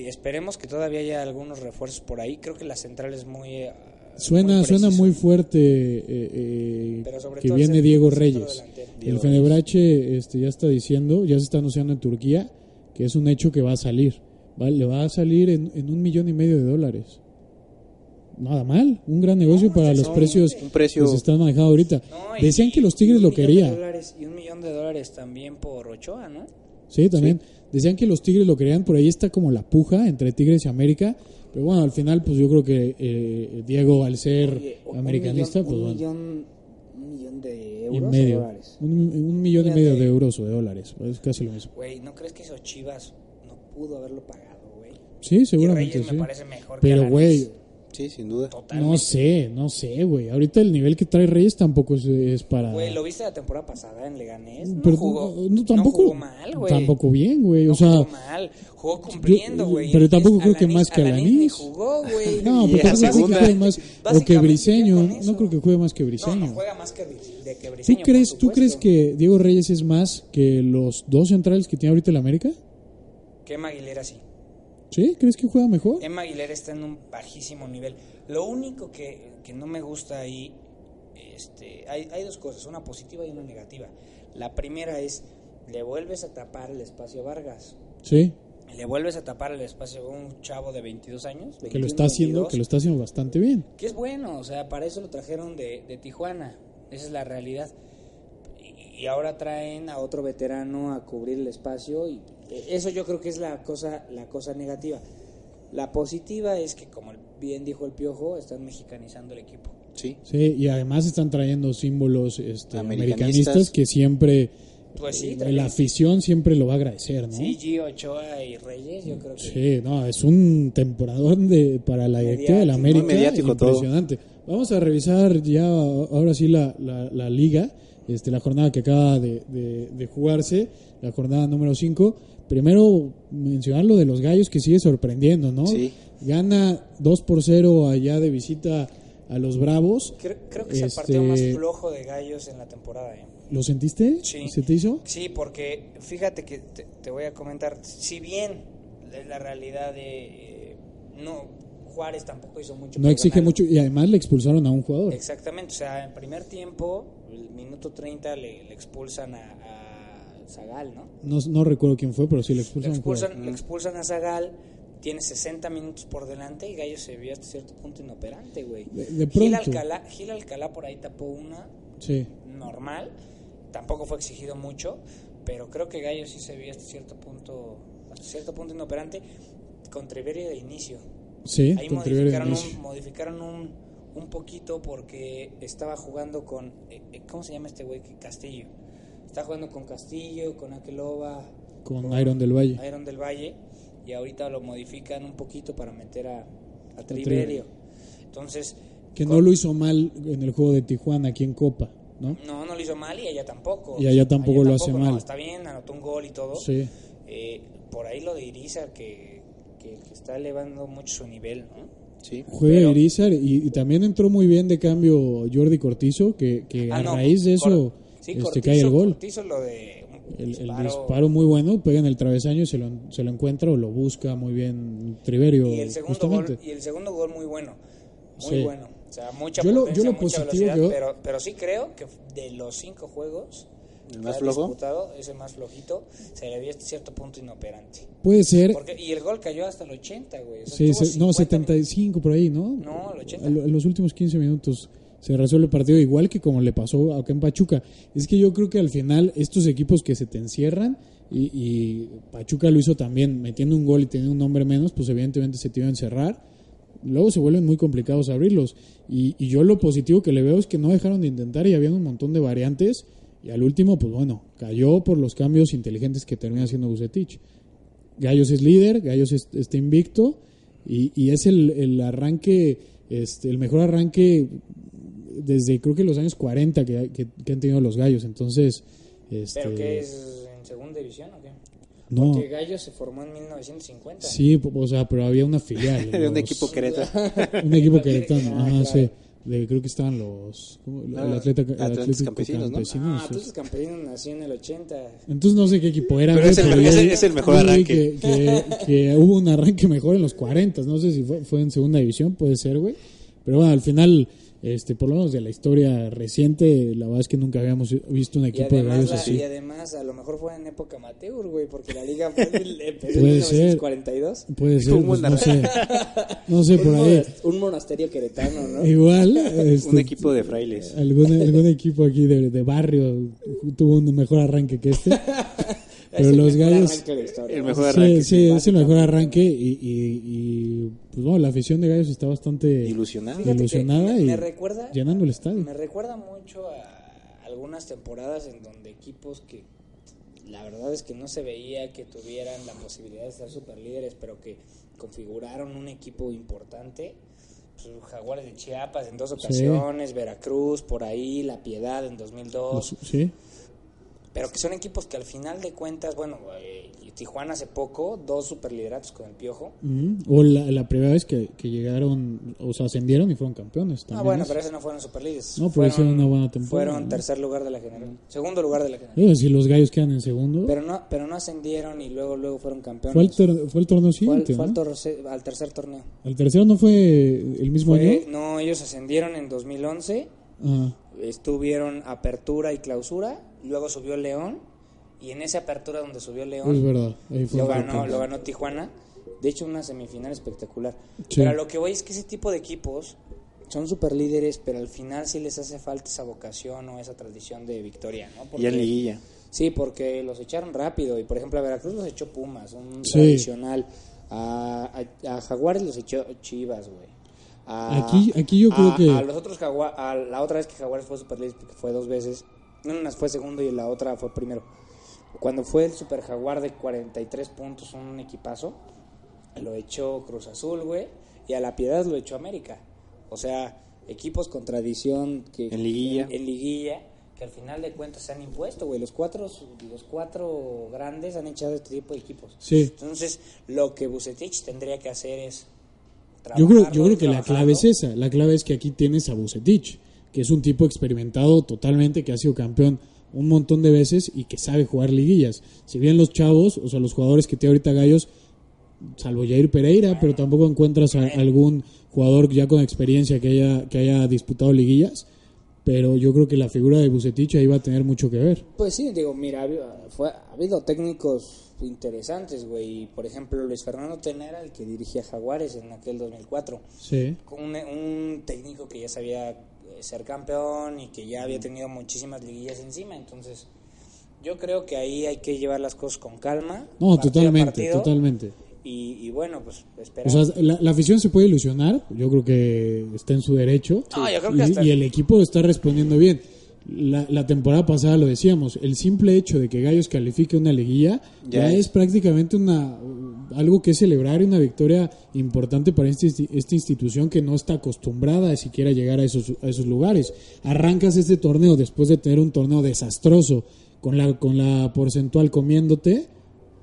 Speaker 4: y esperemos que todavía haya algunos refuerzos por ahí. Creo que la central es muy. eh,
Speaker 2: Suena,
Speaker 4: muy
Speaker 2: suena
Speaker 4: precisa.
Speaker 2: muy fuerte eh, eh,
Speaker 4: Pero sobre
Speaker 2: que
Speaker 4: todo
Speaker 2: viene
Speaker 4: el
Speaker 2: Diego
Speaker 4: centro
Speaker 2: Reyes.
Speaker 4: delantero.
Speaker 2: el Fenebrache este, ya está diciendo, ya se está anunciando en Turquía que es un hecho que va a salir. ¿vale? Le va a salir en, en un millón y medio de dólares. Nada mal, un gran negocio para los
Speaker 3: son
Speaker 2: precios
Speaker 3: un precio-
Speaker 2: que se están manejando ahorita.
Speaker 4: No, y-
Speaker 2: Decían que los
Speaker 4: y
Speaker 2: Tigres
Speaker 4: un
Speaker 2: lo
Speaker 4: millón de
Speaker 2: querían.
Speaker 4: dólares- y un millón de dólares también por Ochoa, ¿no?
Speaker 2: Sí, también. Decían que los Tigres lo querían, por ahí está como la puja entre Tigres y América. Pero bueno, al final, pues yo creo que eh, Diego, al ser americanista, pues bueno.
Speaker 5: un millón de
Speaker 2: y
Speaker 5: euros
Speaker 2: medio.
Speaker 5: o dólares.
Speaker 2: Un, un millón y medio de euros o de dólares. Es casi lo mismo.
Speaker 4: Güey, ¿no crees que esos Chivas no pudo haberlo pagado, güey?
Speaker 2: Sí,
Speaker 4: Y
Speaker 2: seguramente
Speaker 4: Reyes me
Speaker 2: sí.
Speaker 4: parece mejor que
Speaker 2: Pero,
Speaker 4: Alanis.
Speaker 2: güey,
Speaker 3: Sí, sin duda.
Speaker 4: Totalmente.
Speaker 2: no sé, no sé, güey. Ahorita el nivel que trae Reyes tampoco es, es para.
Speaker 4: Güey, ¿lo viste la temporada pasada en Leganés? No
Speaker 2: Pero- eh,
Speaker 4: jugó,
Speaker 2: no,
Speaker 4: no
Speaker 2: tampoco,
Speaker 4: jugó mal, güey.
Speaker 2: tampoco bien, güey.
Speaker 4: No
Speaker 2: o sea,
Speaker 4: jugó mal. Jugó cumpliendo,
Speaker 2: yo-
Speaker 4: güey.
Speaker 2: pero tampoco creo que
Speaker 4: Alanis-
Speaker 2: más que
Speaker 4: ni
Speaker 2: Alanis.
Speaker 4: jugó, güey.
Speaker 2: no,
Speaker 3: Y
Speaker 2: pero tampoco creo
Speaker 3: a
Speaker 2: que
Speaker 3: segunda.
Speaker 2: juegue más. O que
Speaker 4: Básicamente, ya
Speaker 2: Briseño,
Speaker 4: con eso.
Speaker 2: no creo que juegue más que
Speaker 4: No,
Speaker 2: Briseño.
Speaker 4: no juega más que, Bri- de que
Speaker 2: ¿Tú
Speaker 4: Briseño, por
Speaker 2: crees, ¿Tú crees
Speaker 4: supuesto.
Speaker 2: que Diego Reyes es más que los dos centrales que tiene ahorita el América?
Speaker 4: Que Emma Aguilera sí.
Speaker 2: ¿Sí? ¿Crees que juega mejor?
Speaker 4: Emma Aguilera está en un bajísimo nivel. Lo único que, que no me gusta ahí, este, hay, hay dos cosas, una positiva y una negativa. La primera es, le vuelves a tapar el espacio a Vargas.
Speaker 2: Sí,
Speaker 4: Le vuelves a tapar el espacio a un chavo de 22 años.
Speaker 2: que
Speaker 4: 21,
Speaker 2: lo está haciendo,
Speaker 4: 22,
Speaker 2: que lo está haciendo bastante bien.
Speaker 4: que es bueno, o sea, para eso lo trajeron de, de Tijuana, esa es la realidad. Y, y ahora traen a otro veterano a cubrir el espacio y eh, eso yo creo que es la cosa, la cosa negativa. La positiva es que, como bien dijo el Piojo, están mexicanizando el equipo.
Speaker 3: Sí.
Speaker 2: Sí, y además están trayendo símbolos este,
Speaker 3: Americanistas.
Speaker 2: americanistas que siempre
Speaker 4: Pues
Speaker 2: eh,
Speaker 4: sí,
Speaker 2: la
Speaker 4: traen-
Speaker 2: afición siempre lo va a agradecer, ¿no?
Speaker 4: sí, Gio, Ochoa y Reyes, yo creo que...
Speaker 2: Sí, no, es un temporadón de, para la directiva del
Speaker 4: Mediático.
Speaker 2: América.
Speaker 3: Muy mediático todo.
Speaker 2: impresionante. Vamos a revisar ya ahora sí la, la, la liga, este, la jornada que acaba de, de- de jugarse, la jornada número 5. Primero mencionar lo de los gallos que sigue sorprendiendo, ¿no?
Speaker 3: Sí.
Speaker 2: Gana 2 por 0 allá de visita a los Bravos.
Speaker 4: Creo, creo que es el partido más
Speaker 2: Este,
Speaker 4: flojo de gallos en la temporada. ¿eh?
Speaker 2: ¿Lo sentiste?
Speaker 4: Sí.
Speaker 2: ¿Se te hizo?
Speaker 4: Sí, porque fíjate que te, te voy a comentar, si bien la- la realidad de eh, no Juárez tampoco hizo mucho.
Speaker 2: No
Speaker 4: por
Speaker 2: exige
Speaker 4: ganar.
Speaker 2: mucho y además le expulsaron a un jugador.
Speaker 4: Exactamente, o sea, en primer tiempo, el minuto 30 le, le expulsan a, a Zagal, ¿no?
Speaker 2: No, no recuerdo quién fue, pero sí le
Speaker 4: Le
Speaker 2: expulsaron. a un jugador.
Speaker 4: expulsan, le expulsan a Zagal, tiene 60 minutos por delante y Gallo se vio hasta cierto punto inoperante, güey.
Speaker 2: De- de
Speaker 4: Gil
Speaker 2: pronto.
Speaker 4: Alcalá, Gil Alcalá por ahí tapó una,
Speaker 2: Sí.
Speaker 4: normal. Tampoco fue exigido mucho, pero creo que Gallo sí se vio hasta cierto punto, hasta cierto punto inoperante con Treverio de inicio.
Speaker 2: Sí,
Speaker 4: Ahí
Speaker 2: con Trivero
Speaker 4: modificaron,
Speaker 2: Ignacio.
Speaker 4: un, modificaron un, un poquito porque estaba jugando con eh, eh, ¿cómo se llama este güey? que- Castillo. Está jugando con Castillo, con Aqueloba,
Speaker 2: con Iron del Valle.
Speaker 4: Iron del Valle y ahorita lo modifican un poquito para meter a, a
Speaker 2: Triverio.
Speaker 4: Triverio. Entonces,
Speaker 2: Que
Speaker 4: con-
Speaker 2: no lo hizo mal en el juego de Tijuana, aquí en Copa, ¿no?
Speaker 4: no, no lo hizo mal y allá tampoco.
Speaker 2: Y allá tampoco lo hace mal.
Speaker 4: está bien, anotó un gol y todo.
Speaker 2: Sí.
Speaker 4: Eh, por ahí lo de Irizar, que, que, que está elevando mucho su nivel, ¿no?
Speaker 3: Sí.
Speaker 2: Juega
Speaker 4: Pero-
Speaker 2: Irizar y, y también entró muy bien de cambio Jordi Cortizo, que, que
Speaker 4: Ah,
Speaker 2: a
Speaker 4: no,
Speaker 2: raíz de
Speaker 4: Cor-
Speaker 2: eso
Speaker 4: sí,
Speaker 2: este,
Speaker 4: Cortizo-
Speaker 2: cae el gol.
Speaker 4: Cortizo lo de un
Speaker 2: El, el disparo muy bueno, pega en el travesaño y se lo, se lo encuentra o lo busca muy bien Triverio.
Speaker 4: Y el, segundo
Speaker 2: justamente.
Speaker 4: gol, y el segundo gol muy bueno. Muy
Speaker 2: Sí.
Speaker 4: bueno. O sea, mucha
Speaker 2: Yo lo-
Speaker 4: potencia,
Speaker 2: yo lo
Speaker 4: mucha
Speaker 2: positivo
Speaker 4: velocidad,
Speaker 2: que yo-
Speaker 4: pero, pero sí creo que de los cinco juegos
Speaker 3: ¿El más
Speaker 4: que ha
Speaker 3: flojo?
Speaker 4: disputado es el más flojito. Se le vio hasta cierto punto inoperante.
Speaker 2: Puede ser.
Speaker 4: Porque, y el gol cayó hasta el 80, güey. O sea,
Speaker 2: Sí,
Speaker 4: estuvo
Speaker 2: se- no,
Speaker 4: 50
Speaker 2: 75 por ahí, ¿no?
Speaker 4: No, el 80.
Speaker 2: A lo- En los últimos 15 minutos se resuelve el partido, igual que como le pasó acá en Pachuca. Es que yo creo que al final estos equipos que se te encierran Y, y Pachuca lo hizo también, metiendo un gol y teniendo un hombre menos, pues evidentemente se te iba a encerrar. Luego se vuelven muy complicados abrirlos. Y, y yo lo positivo que le veo es que no dejaron de intentar y había un montón de variantes. Y al último, pues bueno, cayó por los cambios inteligentes que termina haciendo Bucetich. Gallos es líder, Gallos es- está invicto y, y es el, el arranque, este, el mejor arranque desde creo que los años 40 que, que- que han tenido los Gallos. Entonces, este,
Speaker 4: ¿Pero qué es en segunda división o qué?
Speaker 2: no,
Speaker 4: Porque Gallo se formó en 1950.
Speaker 2: sí, po- o sea, pero había una filial.
Speaker 3: de un
Speaker 2: los-
Speaker 3: equipo querétaro.
Speaker 2: un equipo queretano,
Speaker 4: Ah,
Speaker 2: ajá,
Speaker 4: claro.
Speaker 2: sí. De- creo que estaban los ¿cómo? el
Speaker 3: Ah,
Speaker 2: atleta, el
Speaker 3: Atletas
Speaker 2: Atlético
Speaker 3: Campesinos, ¿no?
Speaker 4: Ah,
Speaker 2: sí.
Speaker 4: entonces campeón nació en el 80.
Speaker 2: Entonces no sé qué equipo era.
Speaker 3: Pero
Speaker 2: güey,
Speaker 3: es el-
Speaker 2: yo
Speaker 3: es el-
Speaker 2: vi-
Speaker 3: es el mejor
Speaker 2: yo vi
Speaker 3: arranque.
Speaker 2: Que, que- que hubo un arranque mejor en los 40, no sé si fue, fue en segunda división, puede ser, güey. Pero bueno, al final, este, por lo menos de la historia reciente, la verdad es que nunca habíamos visto un
Speaker 4: Y
Speaker 2: equipo de
Speaker 4: además,
Speaker 2: gallos
Speaker 4: la-
Speaker 2: así.
Speaker 4: y además, a lo mejor fue en época amateur, güey, porque la liga fue en- empezó en
Speaker 2: Puede ser.
Speaker 4: 1942.
Speaker 2: Puede ser,
Speaker 3: Hubo
Speaker 2: pues,
Speaker 3: una-
Speaker 2: no sé. No sé por
Speaker 5: Un,
Speaker 2: ahí.
Speaker 5: monas- un monasterio queretano, ¿no?
Speaker 2: Igual, este,
Speaker 3: Un equipo de frailes.
Speaker 2: algún, algún equipo aquí de, de barrio tuvo un mejor arranque que este. Pero los gallos.
Speaker 3: El
Speaker 4: mejor.
Speaker 3: mejor
Speaker 2: Sí,
Speaker 3: arranque.
Speaker 2: sí, es el mejor arranque y, y- y, pues bueno, la afición de Gallos está bastante
Speaker 3: Ilusionado.
Speaker 4: Fíjate que
Speaker 2: ilusionada
Speaker 4: me-
Speaker 2: y
Speaker 4: me recuerda-
Speaker 2: llenando el estadio.
Speaker 4: Me recuerda mucho a algunas temporadas en donde equipos que la verdad es que no se veía que tuvieran la posibilidad de ser superlíderes, pero que configuraron un equipo importante. Pues, Jaguares de Chiapas en dos ocasiones, Veracruz por ahí, La Piedad en 2002.
Speaker 2: Sí,
Speaker 4: Pero que son equipos que al final de cuentas, bueno, eh, y Tijuana hace poco, dos superlideratos con el Piojo.
Speaker 2: ujú. O la, la primera vez que, que llegaron, o sea, ascendieron y fueron campeones.
Speaker 4: Ah,
Speaker 2: también
Speaker 4: bueno,
Speaker 2: es.
Speaker 4: pero esos no fueron superlíderes.
Speaker 2: No, pero
Speaker 4: Fueron-
Speaker 2: hicieron una buena temporada,
Speaker 4: Fueron
Speaker 2: ¿no?
Speaker 4: tercer lugar de la general. Segundo lugar de la general.
Speaker 2: Digo, si los Gallos quedan en segundo,
Speaker 4: Pero no, pero no ascendieron y luego luego fueron campeones.
Speaker 2: ¿Eh? fue, al tor- fue el torneo
Speaker 4: Fue al-
Speaker 2: siguiente.
Speaker 4: fue al
Speaker 2: ¿no?
Speaker 4: torce- al tercer torneo.
Speaker 2: ¿El tercero no fue el mismo
Speaker 4: Fue-
Speaker 2: año?
Speaker 4: no, ellos ascendieron en 2011,
Speaker 2: Ah,
Speaker 4: estuvieron apertura y clausura, luego subió León y en esa apertura donde subió León
Speaker 2: es verdad. Ahí fue
Speaker 4: lo
Speaker 2: un
Speaker 4: ganó,
Speaker 2: campeón.
Speaker 4: lo ganó Tijuana. De hecho, una semifinal espectacular.
Speaker 2: Sí.
Speaker 4: Pero a lo que voy es que ese tipo de equipos son super líderes, pero al final sí les hace falta esa vocación o esa tradición de victoria, ¿no?
Speaker 3: Y en liguilla.
Speaker 4: Sí, porque los echaron rápido. Y por ejemplo, a Veracruz los echó Pumas, un
Speaker 2: Sí.
Speaker 4: tradicional. A, a- a Jaguares los echó Chivas, güey. A-
Speaker 2: Aquí- aquí yo creo
Speaker 4: a-
Speaker 2: que-
Speaker 4: A los otros Jagua- a la otra vez que Jaguares fue Super porque fue dos veces. Una fue segundo y la otra fue primero. Cuando fue el Super Jaguar de 43 puntos, un equipazo, lo echó Cruz Azul, güey. Y a La Piedad lo echó América. O sea, equipos con tradición que
Speaker 3: En liguilla.
Speaker 4: en liguilla que al final de cuentas se han impuesto, güey. Los cuatro, los cuatro grandes han echado este tipo de equipos.
Speaker 2: Sí.
Speaker 4: Entonces, lo que Bucetich tendría que hacer es
Speaker 2: Yo creo, yo
Speaker 4: trabajarlo
Speaker 2: creo
Speaker 4: y
Speaker 2: que la
Speaker 4: trabajarlo.
Speaker 2: clave es esa. La clave es que aquí tienes a Bucetich, que es un tipo experimentado totalmente, que ha sido campeón un montón de veces y que sabe jugar liguillas. Si bien los chavos, o sea, los jugadores que tiene ahorita Gallos, salvo Jair Pereira, pero tampoco encuentras a algún jugador ya con experiencia que haya, que haya disputado liguillas. Pero yo creo que la figura de Bucetich ahí va a tener mucho que ver.
Speaker 4: Pues sí, digo, mira, ha habido, fue- ha habido técnicos interesantes, güey. Por ejemplo, Luis Fernando Tenera, el que dirigía Jaguares en aquel 2004.
Speaker 2: Sí.
Speaker 4: con un, un técnico que ya sabía eh, ser campeón y que ya había tenido muchísimas liguillas encima. Entonces, yo creo que ahí hay que llevar las cosas con calma.
Speaker 2: No,
Speaker 4: partido a
Speaker 2: totalmente,
Speaker 4: partido,
Speaker 2: totalmente.
Speaker 4: Y, y bueno, pues esperar.
Speaker 2: O sea, la, la afición se puede ilusionar, yo creo que está en su derecho.
Speaker 4: No, yo creo
Speaker 2: y,
Speaker 4: que hasta-
Speaker 2: y el equipo está respondiendo bien. La, la temporada pasada lo decíamos, el simple hecho de que Gallos califique una liguilla ya,
Speaker 3: Ya es.
Speaker 2: es prácticamente una algo que celebrar y una victoria importante para este insti- esta institución que no está acostumbrada a siquiera llegar a esos, a esos lugares. Arrancas este torneo después de tener un torneo desastroso con la, con la porcentual comiéndote.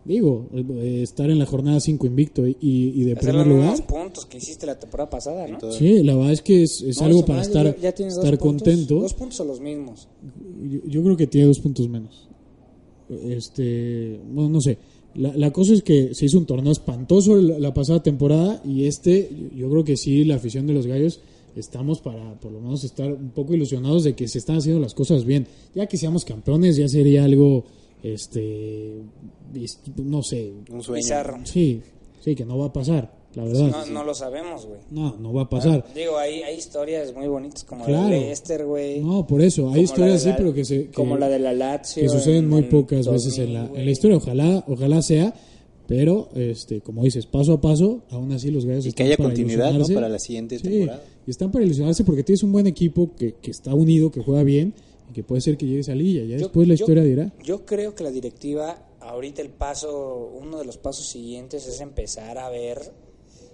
Speaker 2: Digo, eh, estar en la jornada 5 invicto y, y de
Speaker 4: hacer
Speaker 2: primer
Speaker 4: los
Speaker 2: lugar.
Speaker 4: mismos puntos que hiciste la temporada pasada, ¿no?
Speaker 3: Entonces,
Speaker 2: Sí, la verdad es que es, es
Speaker 4: No,
Speaker 2: algo
Speaker 4: esa
Speaker 2: para
Speaker 4: madre
Speaker 2: estar,
Speaker 4: ya- ya tienes dos
Speaker 2: estar
Speaker 4: puntos,
Speaker 2: contento.
Speaker 4: Dos puntos o los mismos.
Speaker 2: Yo, yo creo que tiene dos puntos menos. Este, bueno, no sé. La, la cosa es que se hizo un torneo espantoso la, la pasada temporada y este, yo- yo creo que sí, la afición de los gallos estamos para por lo menos estar un poco ilusionados de que se están haciendo las cosas bien. Ya que seamos campeones, ya sería algo, este, dis- no sé,
Speaker 3: un sueño.
Speaker 4: Pizarro.
Speaker 2: sí, sí, que no va a pasar. La verdad.
Speaker 4: No, no lo sabemos, güey.
Speaker 2: No, no va a pasar.
Speaker 4: Digo, hay, hay historias muy bonitas como
Speaker 2: Claro.
Speaker 4: la de Lester, güey.
Speaker 2: No, por eso.
Speaker 4: Como
Speaker 2: Hay historias
Speaker 4: la de
Speaker 2: así,
Speaker 4: la-
Speaker 2: pero que se. que-
Speaker 4: como la de la Lazio.
Speaker 2: que suceden
Speaker 4: en
Speaker 2: muy
Speaker 4: el
Speaker 2: pocas veces
Speaker 4: 2000,
Speaker 2: en la, en la
Speaker 4: güey.
Speaker 3: eh.
Speaker 2: historia. Ojalá, ojalá sea, pero este, como dices, paso a paso, aún así los gallos
Speaker 3: Y que
Speaker 2: están
Speaker 3: haya
Speaker 2: para
Speaker 3: continuidad, ¿no?
Speaker 2: ilusionarse.
Speaker 3: para la siguiente
Speaker 2: Sí,
Speaker 3: temporada.
Speaker 2: Y están para ilusionarse porque tienes un buen equipo que, que está unido, que juega bien y que puede ser que llegues a Lilla. Ya
Speaker 4: Yo-
Speaker 2: después la
Speaker 4: yo-
Speaker 2: historia dirá.
Speaker 4: Yo creo que la directiva, ahorita el paso, uno de los pasos siguientes es empezar a ver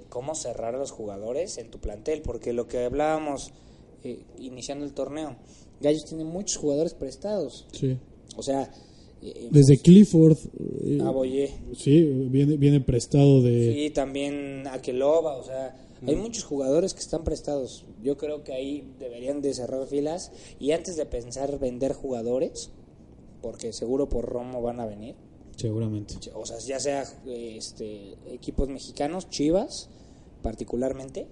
Speaker 4: cómo cerrar a los jugadores en tu plantel, porque lo que hablábamos eh, iniciando el torneo, Gallos tiene muchos jugadores prestados,
Speaker 2: Sí.
Speaker 4: o sea, eh,
Speaker 2: Desde Clifford, eh,
Speaker 3: Ah,
Speaker 4: Aboyé,
Speaker 2: sí, viene, viene prestado de.
Speaker 4: sí, también Aqueloba, o sea, hay muchos jugadores que están prestados. Yo creo que ahí deberían de cerrar filas y antes de pensar vender jugadores, porque seguro por Romo van a venir.
Speaker 2: Seguramente.
Speaker 4: o sea, ya sea eh, este, equipos mexicanos, Chivas particularmente,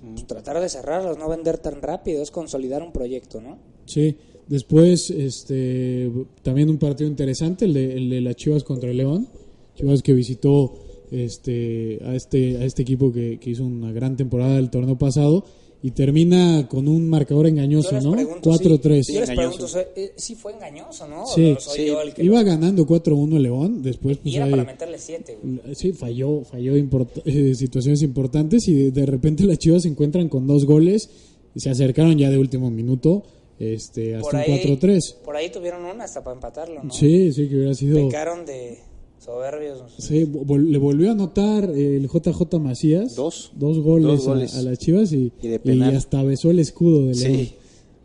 Speaker 4: pues, tratar de cerrarlos, no vender tan rápido, es consolidar un proyecto, ¿no?
Speaker 2: Sí. Después, este, también un partido interesante, el de, el de las Chivas contra el León. Chivas que visitó este, a, este, a este equipo que, que hizo una gran temporada el torneo pasado y termina con un marcador engañoso, ¿no?
Speaker 4: si, yo
Speaker 2: 4-3.
Speaker 4: les pregunto, so- eh, sí fue engañoso, ¿no?
Speaker 2: Sí,
Speaker 4: ¿O soy yo el que
Speaker 2: iba ganando 4-1 el León, después
Speaker 4: y
Speaker 2: pues
Speaker 4: era
Speaker 2: ahí-
Speaker 4: para meterle siete, güey.
Speaker 2: Sí, falló, falló import- eh, situaciones importantes y de, de repente las Chivas se encuentran con dos goles y se acercaron ya de último minuto este,
Speaker 4: Por
Speaker 2: hasta un
Speaker 4: ahí,
Speaker 2: 4-3.
Speaker 4: por ahí tuvieron una hasta para empatarlo, ¿no?
Speaker 2: Sí, sí, que hubiera sido...
Speaker 4: Pecaron de soberbios.
Speaker 2: Sí, vol- le volvió a anotar el JJ Macías.
Speaker 3: Dos.
Speaker 2: Dos goles,
Speaker 3: Dos
Speaker 2: a-
Speaker 3: goles.
Speaker 2: A, las Chivas y,
Speaker 3: Y de penal.
Speaker 2: y hasta besó el escudo de León.
Speaker 3: Sí.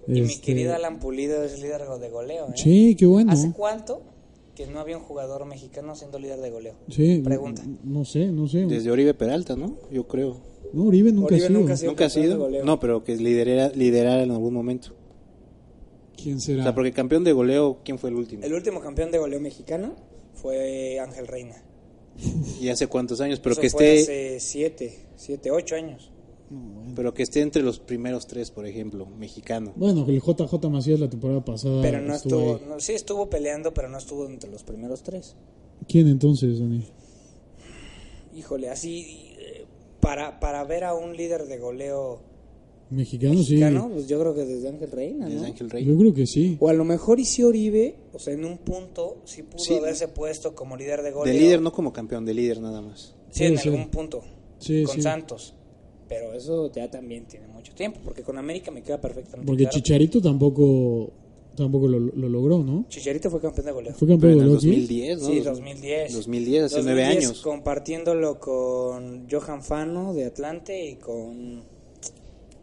Speaker 4: Y mi
Speaker 2: Este,
Speaker 4: querido Alan Pulido es líder de goleo, ¿eh?
Speaker 2: Sí, qué bueno.
Speaker 4: ¿Hace cuánto que no había un jugador mexicano siendo líder de goleo?
Speaker 2: Sí,
Speaker 4: Pregunta.
Speaker 2: No sé, no sé.
Speaker 3: Desde Oribe Peralta, ¿no? Yo creo.
Speaker 2: No, Uribe nunca
Speaker 4: Oribe
Speaker 2: ha sido.
Speaker 4: nunca ha sido.
Speaker 3: Nunca ha
Speaker 4: campeón de
Speaker 3: sido.
Speaker 4: goleo.
Speaker 3: No, pero que liderara, liderara en algún momento.
Speaker 2: ¿Quién
Speaker 3: O
Speaker 2: será?
Speaker 3: sea, porque campeón de goleo, ¿quién fue el último?
Speaker 4: El último campeón de goleo mexicano fue Ángel Reina.
Speaker 3: Y hace cuántos años, pero
Speaker 4: Eso
Speaker 3: que
Speaker 4: fue
Speaker 3: esté
Speaker 4: hace siete, siete, ocho años.
Speaker 3: pero que esté entre los primeros tres, por ejemplo, mexicano.
Speaker 2: Bueno, el JJ Macías la temporada pasada.
Speaker 4: pero no estuvo,
Speaker 2: Ah, ahí.
Speaker 4: no- sí estuvo peleando, pero no estuvo entre los primeros tres.
Speaker 2: ¿Quién entonces, Dani?
Speaker 4: Híjole, así eh, para para ver a un líder de goleo
Speaker 2: Mexicano,
Speaker 4: mexicano, pues yo creo que desde Ángel Reina, ¿no?
Speaker 3: Es Ángel
Speaker 2: sí.
Speaker 3: Rey.
Speaker 2: Yo creo que sí.
Speaker 4: O a lo mejor y si Oribe, o sea, en un punto sí pudo
Speaker 3: Sí.
Speaker 4: haberse puesto como líder de goleo.
Speaker 3: De líder, no como campeón, de líder nada más.
Speaker 4: Sí, en
Speaker 2: Puede ser.
Speaker 4: algún punto.
Speaker 2: Sí,
Speaker 4: con
Speaker 2: sí.
Speaker 4: Santos. Pero eso ya también tiene mucho tiempo, porque con América me queda perfectamente
Speaker 2: Porque
Speaker 4: claro.
Speaker 2: Chicharito tampoco, tampoco lo, lo logró, ¿no?
Speaker 4: Chicharito fue campeón de goleo.
Speaker 2: Fue
Speaker 3: Pero
Speaker 2: campeón
Speaker 3: en
Speaker 2: de
Speaker 3: el
Speaker 2: goleo, sí.
Speaker 3: 2010, ¿no?
Speaker 4: Sí, 2010.
Speaker 3: 2010, hace nueve
Speaker 4: 2010,
Speaker 3: años.
Speaker 4: Compartiéndolo con Johan Fano de Atlante y con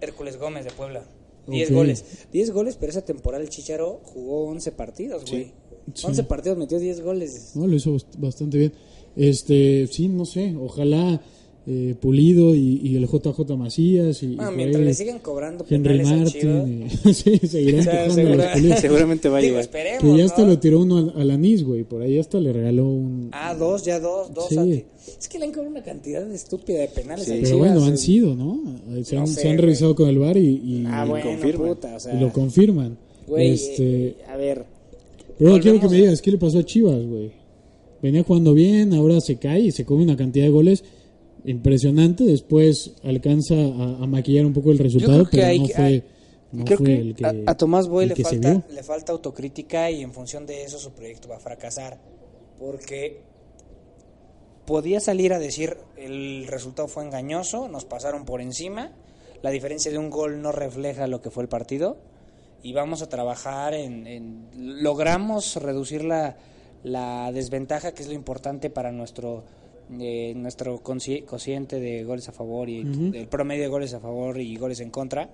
Speaker 4: Hércules Gómez de Puebla. 10
Speaker 2: Ok.
Speaker 4: goles. 10 goles, pero esa temporada el Chicharo jugó 11 partidos, güey. 11 partidos, metió 10 goles.
Speaker 2: No, lo hizo bast- bastante bien. Este, sí, no sé, ojalá eh, Pulido y, y el JJ Macías y, y
Speaker 4: Ah,
Speaker 2: por
Speaker 4: mientras
Speaker 2: ahí
Speaker 4: le sigan cobrando
Speaker 2: Henry
Speaker 4: penales a Chivas.
Speaker 2: Martin. y- sí, seguirán
Speaker 4: O sea,
Speaker 2: quejando
Speaker 4: segura-
Speaker 2: los Pulidos.
Speaker 3: Seguramente va a
Speaker 4: Digo,
Speaker 3: llegar.
Speaker 4: esperemos,
Speaker 2: Que ya hasta
Speaker 4: ¿no?
Speaker 2: lo tiró uno al, al anís, güey. Por ahí hasta le regaló un...
Speaker 4: Ah, dos, ya dos, dos.
Speaker 2: Sí.
Speaker 4: antes. Es que le han cobrado una cantidad de estúpida de penales
Speaker 3: Sí.
Speaker 4: a
Speaker 2: Pero
Speaker 4: Chivas,
Speaker 2: bueno, han
Speaker 4: eh.
Speaker 2: sido, ¿no? Eh, Se
Speaker 4: No
Speaker 2: han,
Speaker 4: sé,
Speaker 2: se han
Speaker 4: güey.
Speaker 2: revisado con el bar y, y-
Speaker 4: Ah,
Speaker 2: y
Speaker 4: bueno,
Speaker 3: confirman.
Speaker 4: puta, o sea,
Speaker 2: lo confirman.
Speaker 4: güey,
Speaker 2: este,
Speaker 4: eh, a ver,
Speaker 2: Pero ahora quiero que
Speaker 4: Volvemos
Speaker 2: me
Speaker 4: a-
Speaker 2: digas, ¿qué le pasó a Chivas, güey? Venía jugando bien, ahora se cae y se come una cantidad de goles impresionante. Después alcanza a, a maquillar un poco el resultado,
Speaker 4: creo que
Speaker 2: pero
Speaker 4: hay
Speaker 2: no
Speaker 4: que-
Speaker 2: fue,
Speaker 4: hay-
Speaker 2: no
Speaker 4: creo
Speaker 2: fue
Speaker 4: que,
Speaker 2: el que.
Speaker 4: a, a Tomás Boy
Speaker 2: el
Speaker 4: le
Speaker 2: que se
Speaker 4: falta,
Speaker 2: vio.
Speaker 4: le falta autocrítica y en función de eso su proyecto va a fracasar. Porque podía salir a decir el resultado fue engañoso, nos pasaron por encima, la diferencia de un gol no refleja lo que fue el partido y vamos a trabajar en... en- logramos reducir la, la desventaja que es lo importante para nuestro... eh, nuestro conci- cociente de goles a favor y el promedio de goles a favor y goles en contra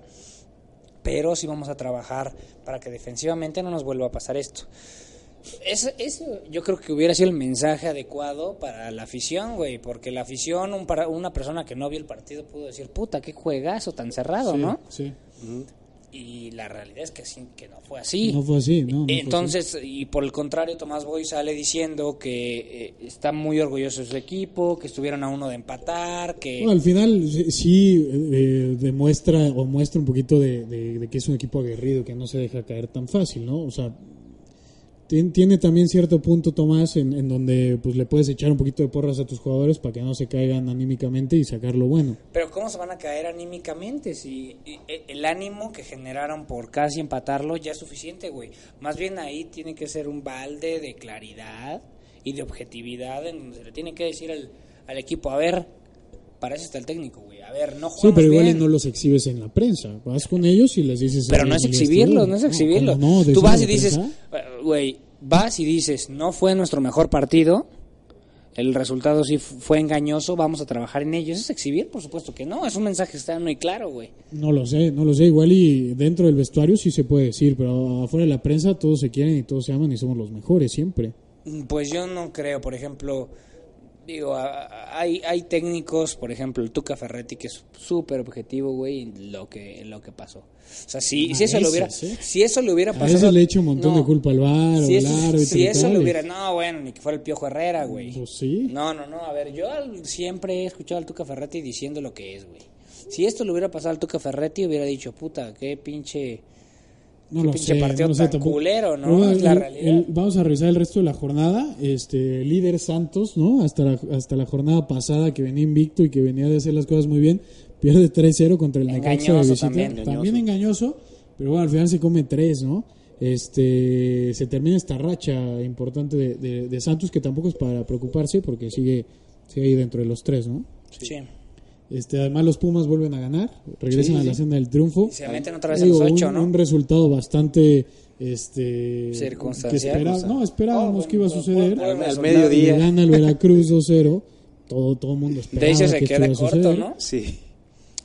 Speaker 4: pero sí vamos a trabajar para que defensivamente no nos vuelva a pasar esto. Eso, eso yo creo que hubiera sido el mensaje adecuado para la afición, güey, porque la afición, un para, una persona que no vio el partido pudo decir, puta, qué juegazo tan cerrado,
Speaker 2: Sí,
Speaker 4: ¿no?
Speaker 2: sí.
Speaker 4: Y la realidad es que, sí, que no fue así.
Speaker 2: No fue así, ¿no? no fue
Speaker 4: Entonces, y por el contrario, Tomás Boy sale diciendo que eh, está muy orgulloso de su equipo, que estuvieron a uno de empatar, que...
Speaker 2: Bueno, al final sí- sí eh, demuestra o muestra un poquito de, de- de que es un equipo aguerrido, que no se deja caer tan fácil, ¿no? O sea, Tien- tiene también cierto punto, Tomás, en, en donde pues le puedes echar un poquito de porras a tus jugadores para que no se caigan anímicamente y sacar lo bueno.
Speaker 4: Pero ¿cómo se van a caer anímicamente si eh, eh, el ánimo que generaron por casi empatarlo ya es suficiente, güey? Más bien ahí tiene que ser un balde de claridad y de objetividad en donde se le tiene que decir al, al equipo, a ver, para eso está el técnico, güey, a ver, no
Speaker 2: Sí,
Speaker 4: jugamos
Speaker 2: pero igual y
Speaker 4: bien.
Speaker 2: no los exhibes en la prensa. Vas con ellos y les dices.
Speaker 4: Pero
Speaker 2: "Oye,
Speaker 4: no es
Speaker 2: Miguel,
Speaker 4: exhibirlo,
Speaker 2: estuvo-
Speaker 4: no es exhibirlo.
Speaker 2: este, ¿cómo no?
Speaker 4: Tú
Speaker 2: Decirle a
Speaker 4: vas
Speaker 2: la
Speaker 4: y dices,
Speaker 2: prensa.
Speaker 4: eh, güey, vas y dices, no fue nuestro mejor partido, el resultado sí fu- fue engañoso, vamos a trabajar en ello. ¿Eso es exhibir? Por supuesto que no, es un mensaje está muy claro, güey.
Speaker 2: No lo sé, no lo sé. Igual y dentro del vestuario sí se puede decir, pero afuera de la prensa todos se quieren y todos se aman y somos los mejores siempre.
Speaker 4: Mm, Pues yo no creo, por ejemplo, digo, a- a- hay, hay técnicos, por ejemplo, el Tuca Ferretti, que es súper objetivo, güey, en lo que, en lo que pasó. O sea, si,
Speaker 2: A
Speaker 4: si eso le hubiera,
Speaker 2: veces, ¿eh?
Speaker 4: si eso le hubiera
Speaker 2: A
Speaker 4: pasado...
Speaker 2: veces le echo un montón
Speaker 4: no.
Speaker 2: de culpa al bar
Speaker 4: Si
Speaker 2: o al
Speaker 4: eso,
Speaker 2: árbitro.
Speaker 4: si
Speaker 2: y
Speaker 4: eso
Speaker 2: tal.
Speaker 4: lo hubiera, no, bueno, ni que fuera el Piojo Herrera, güey.
Speaker 2: Pues sí.
Speaker 4: No, no, no, a ver, yo al- siempre he escuchado al Tuca Ferretti diciendo lo que es, güey. Si esto le hubiera pasado al Tuca Ferretti, hubiera dicho, puta, qué pinche...
Speaker 2: No
Speaker 4: Qué
Speaker 2: lo
Speaker 4: pinche
Speaker 2: sé,
Speaker 4: partido
Speaker 2: no lo sé
Speaker 4: tan
Speaker 2: tampoco.
Speaker 4: culero, ¿no?
Speaker 2: Pero
Speaker 4: Es la
Speaker 2: el-
Speaker 4: realidad.
Speaker 2: el- vamos a revisar el resto de la jornada. Este, líder Santos, ¿no? Hasta la, hasta la jornada pasada que venía invicto y que venía de hacer las cosas muy bien. Pierde 3-0 contra el Necaxa de
Speaker 4: Engañoso
Speaker 2: visita.
Speaker 4: también.
Speaker 2: También, engañoso, pero bueno, al final se come 3, ¿no? Este, se termina esta racha importante de, de- de Santos que tampoco es para preocuparse porque sigue, sigue ahí dentro de los tres, ¿no?
Speaker 4: Sí.
Speaker 2: Este, además los Pumas vuelven a ganar, regresan a la senda del triunfo.
Speaker 4: Y se meten otra vez a los
Speaker 2: Digo,
Speaker 4: ocho,
Speaker 2: un,
Speaker 4: ¿no?
Speaker 2: un resultado bastante este
Speaker 4: Circunstancial. Oh,
Speaker 2: que espera- no, esperábamos que iba a suceder.
Speaker 4: Al- al
Speaker 3: Al
Speaker 2: Le
Speaker 3: mediodía.
Speaker 2: gana el Veracruz 2-0. Todo todo mundo esperaba
Speaker 4: De ahí se, se
Speaker 2: que esto
Speaker 4: queda
Speaker 2: iba a
Speaker 4: corto,
Speaker 2: suceder.
Speaker 4: ¿no?
Speaker 3: Sí.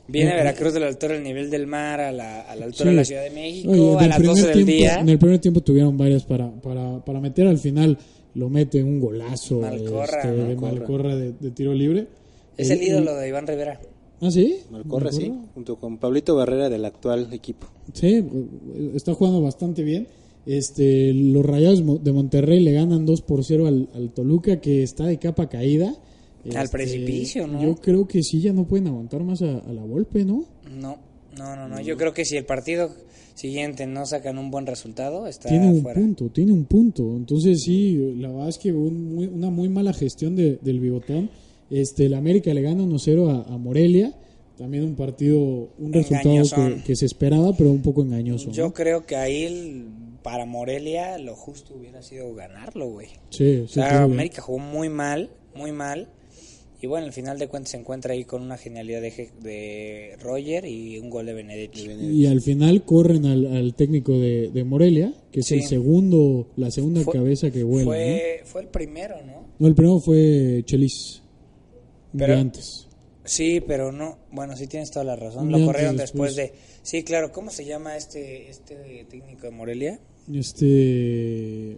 Speaker 4: Viene Veracruz de la altura del nivel del mar a la, a la
Speaker 2: Eh,
Speaker 4: altura
Speaker 2: Sí.
Speaker 4: de la Ciudad de México,
Speaker 2: Oye,
Speaker 4: a
Speaker 2: del
Speaker 4: las
Speaker 2: primer
Speaker 4: 12 del
Speaker 2: tiempo-
Speaker 4: día.
Speaker 2: En el primer tiempo tuvieron varias para, para, para meter. Al final lo mete un golazo
Speaker 4: Malcorra,
Speaker 2: este,
Speaker 4: ¿no?
Speaker 2: de Malcorra de, de tiro libre.
Speaker 4: Es
Speaker 2: Eh,
Speaker 4: el ídolo de Iván Rivera.
Speaker 2: ¿Ah, sí?
Speaker 3: Malcorra, sí. Junto con Pablito Barrera del actual equipo.
Speaker 2: Sí, está jugando bastante bien. Este, los Rayados mo- de Monterrey le ganan 2 por 0 al, al Toluca, que está de capa caída. Este,
Speaker 4: Al precipicio, ¿no?
Speaker 2: Yo creo que sí, ya no pueden aguantar más a, a la golpe, ¿no?
Speaker 4: No, no, no, no. Yo creo que si el partido siguiente no sacan un buen resultado, está
Speaker 2: tiene un
Speaker 4: fuera.
Speaker 2: punto, tiene un punto. Entonces, sí, la verdad es que un muy- una muy mala gestión de- del bigotón. Este, el América le gana 1-0 a, a Morelia. También un partido, un resultado
Speaker 4: Engañosón.
Speaker 2: que, que se esperaba, pero un poco engañoso.
Speaker 4: Yo
Speaker 2: ¿no?
Speaker 4: creo que ahí el- para Morelia lo justo hubiera sido ganarlo, güey.
Speaker 2: Sí, sí,
Speaker 4: O sea,
Speaker 2: claro.
Speaker 4: América jugó muy mal, muy mal. Y bueno, al final de cuentas se encuentra ahí con una genialidad de, Je- de Roger y un gol de Benedetti.
Speaker 2: Y al final corren al, al técnico de, de Morelia, que es
Speaker 4: Sí.
Speaker 2: el segundo, la segunda
Speaker 4: Fue-
Speaker 2: cabeza que vuela.
Speaker 4: fue, fue el primero, ¿no?
Speaker 2: ¿no? No, el primero fue Chelis. Un
Speaker 4: Pero-
Speaker 2: día antes.
Speaker 4: Sí, pero no. Bueno, sí tienes toda la razón.
Speaker 2: Un
Speaker 4: Lo
Speaker 2: día
Speaker 4: corrieron
Speaker 2: antes,
Speaker 4: después de.
Speaker 2: después.
Speaker 4: Sí, claro. ¿Cómo se llama este este técnico de Morelia?
Speaker 2: Este.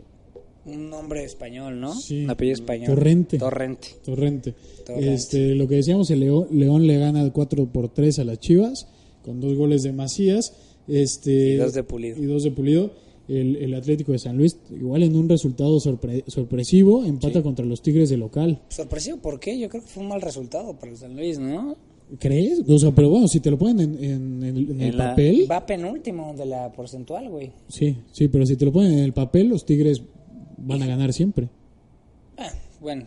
Speaker 4: Un nombre español, ¿no?
Speaker 2: Sí.
Speaker 4: Un apellido español.
Speaker 2: Torrente.
Speaker 4: Torrente.
Speaker 2: Torrente.
Speaker 4: Torrente.
Speaker 2: Este, lo que decíamos, el León, León le gana 4 por 3 a las Chivas, con dos goles de Macías. Este,
Speaker 4: Y dos de Pulido.
Speaker 2: y dos de Pulido. El, el Atlético de San Luis, igual en un resultado sorpre- sorpresivo, empata contra los Tigres de local.
Speaker 4: Sorpresivo, ¿por qué? Yo creo que fue un mal resultado para el San Luis, ¿no?
Speaker 2: ¿Crees? O sea, pero bueno, si te lo ponen en, en- en el- en el
Speaker 3: En la-
Speaker 2: papel.
Speaker 4: Va penúltimo de la porcentual, güey.
Speaker 2: Sí, sí, pero si te lo ponen en el papel, los Tigres van a ganar siempre.
Speaker 4: Ah, bueno,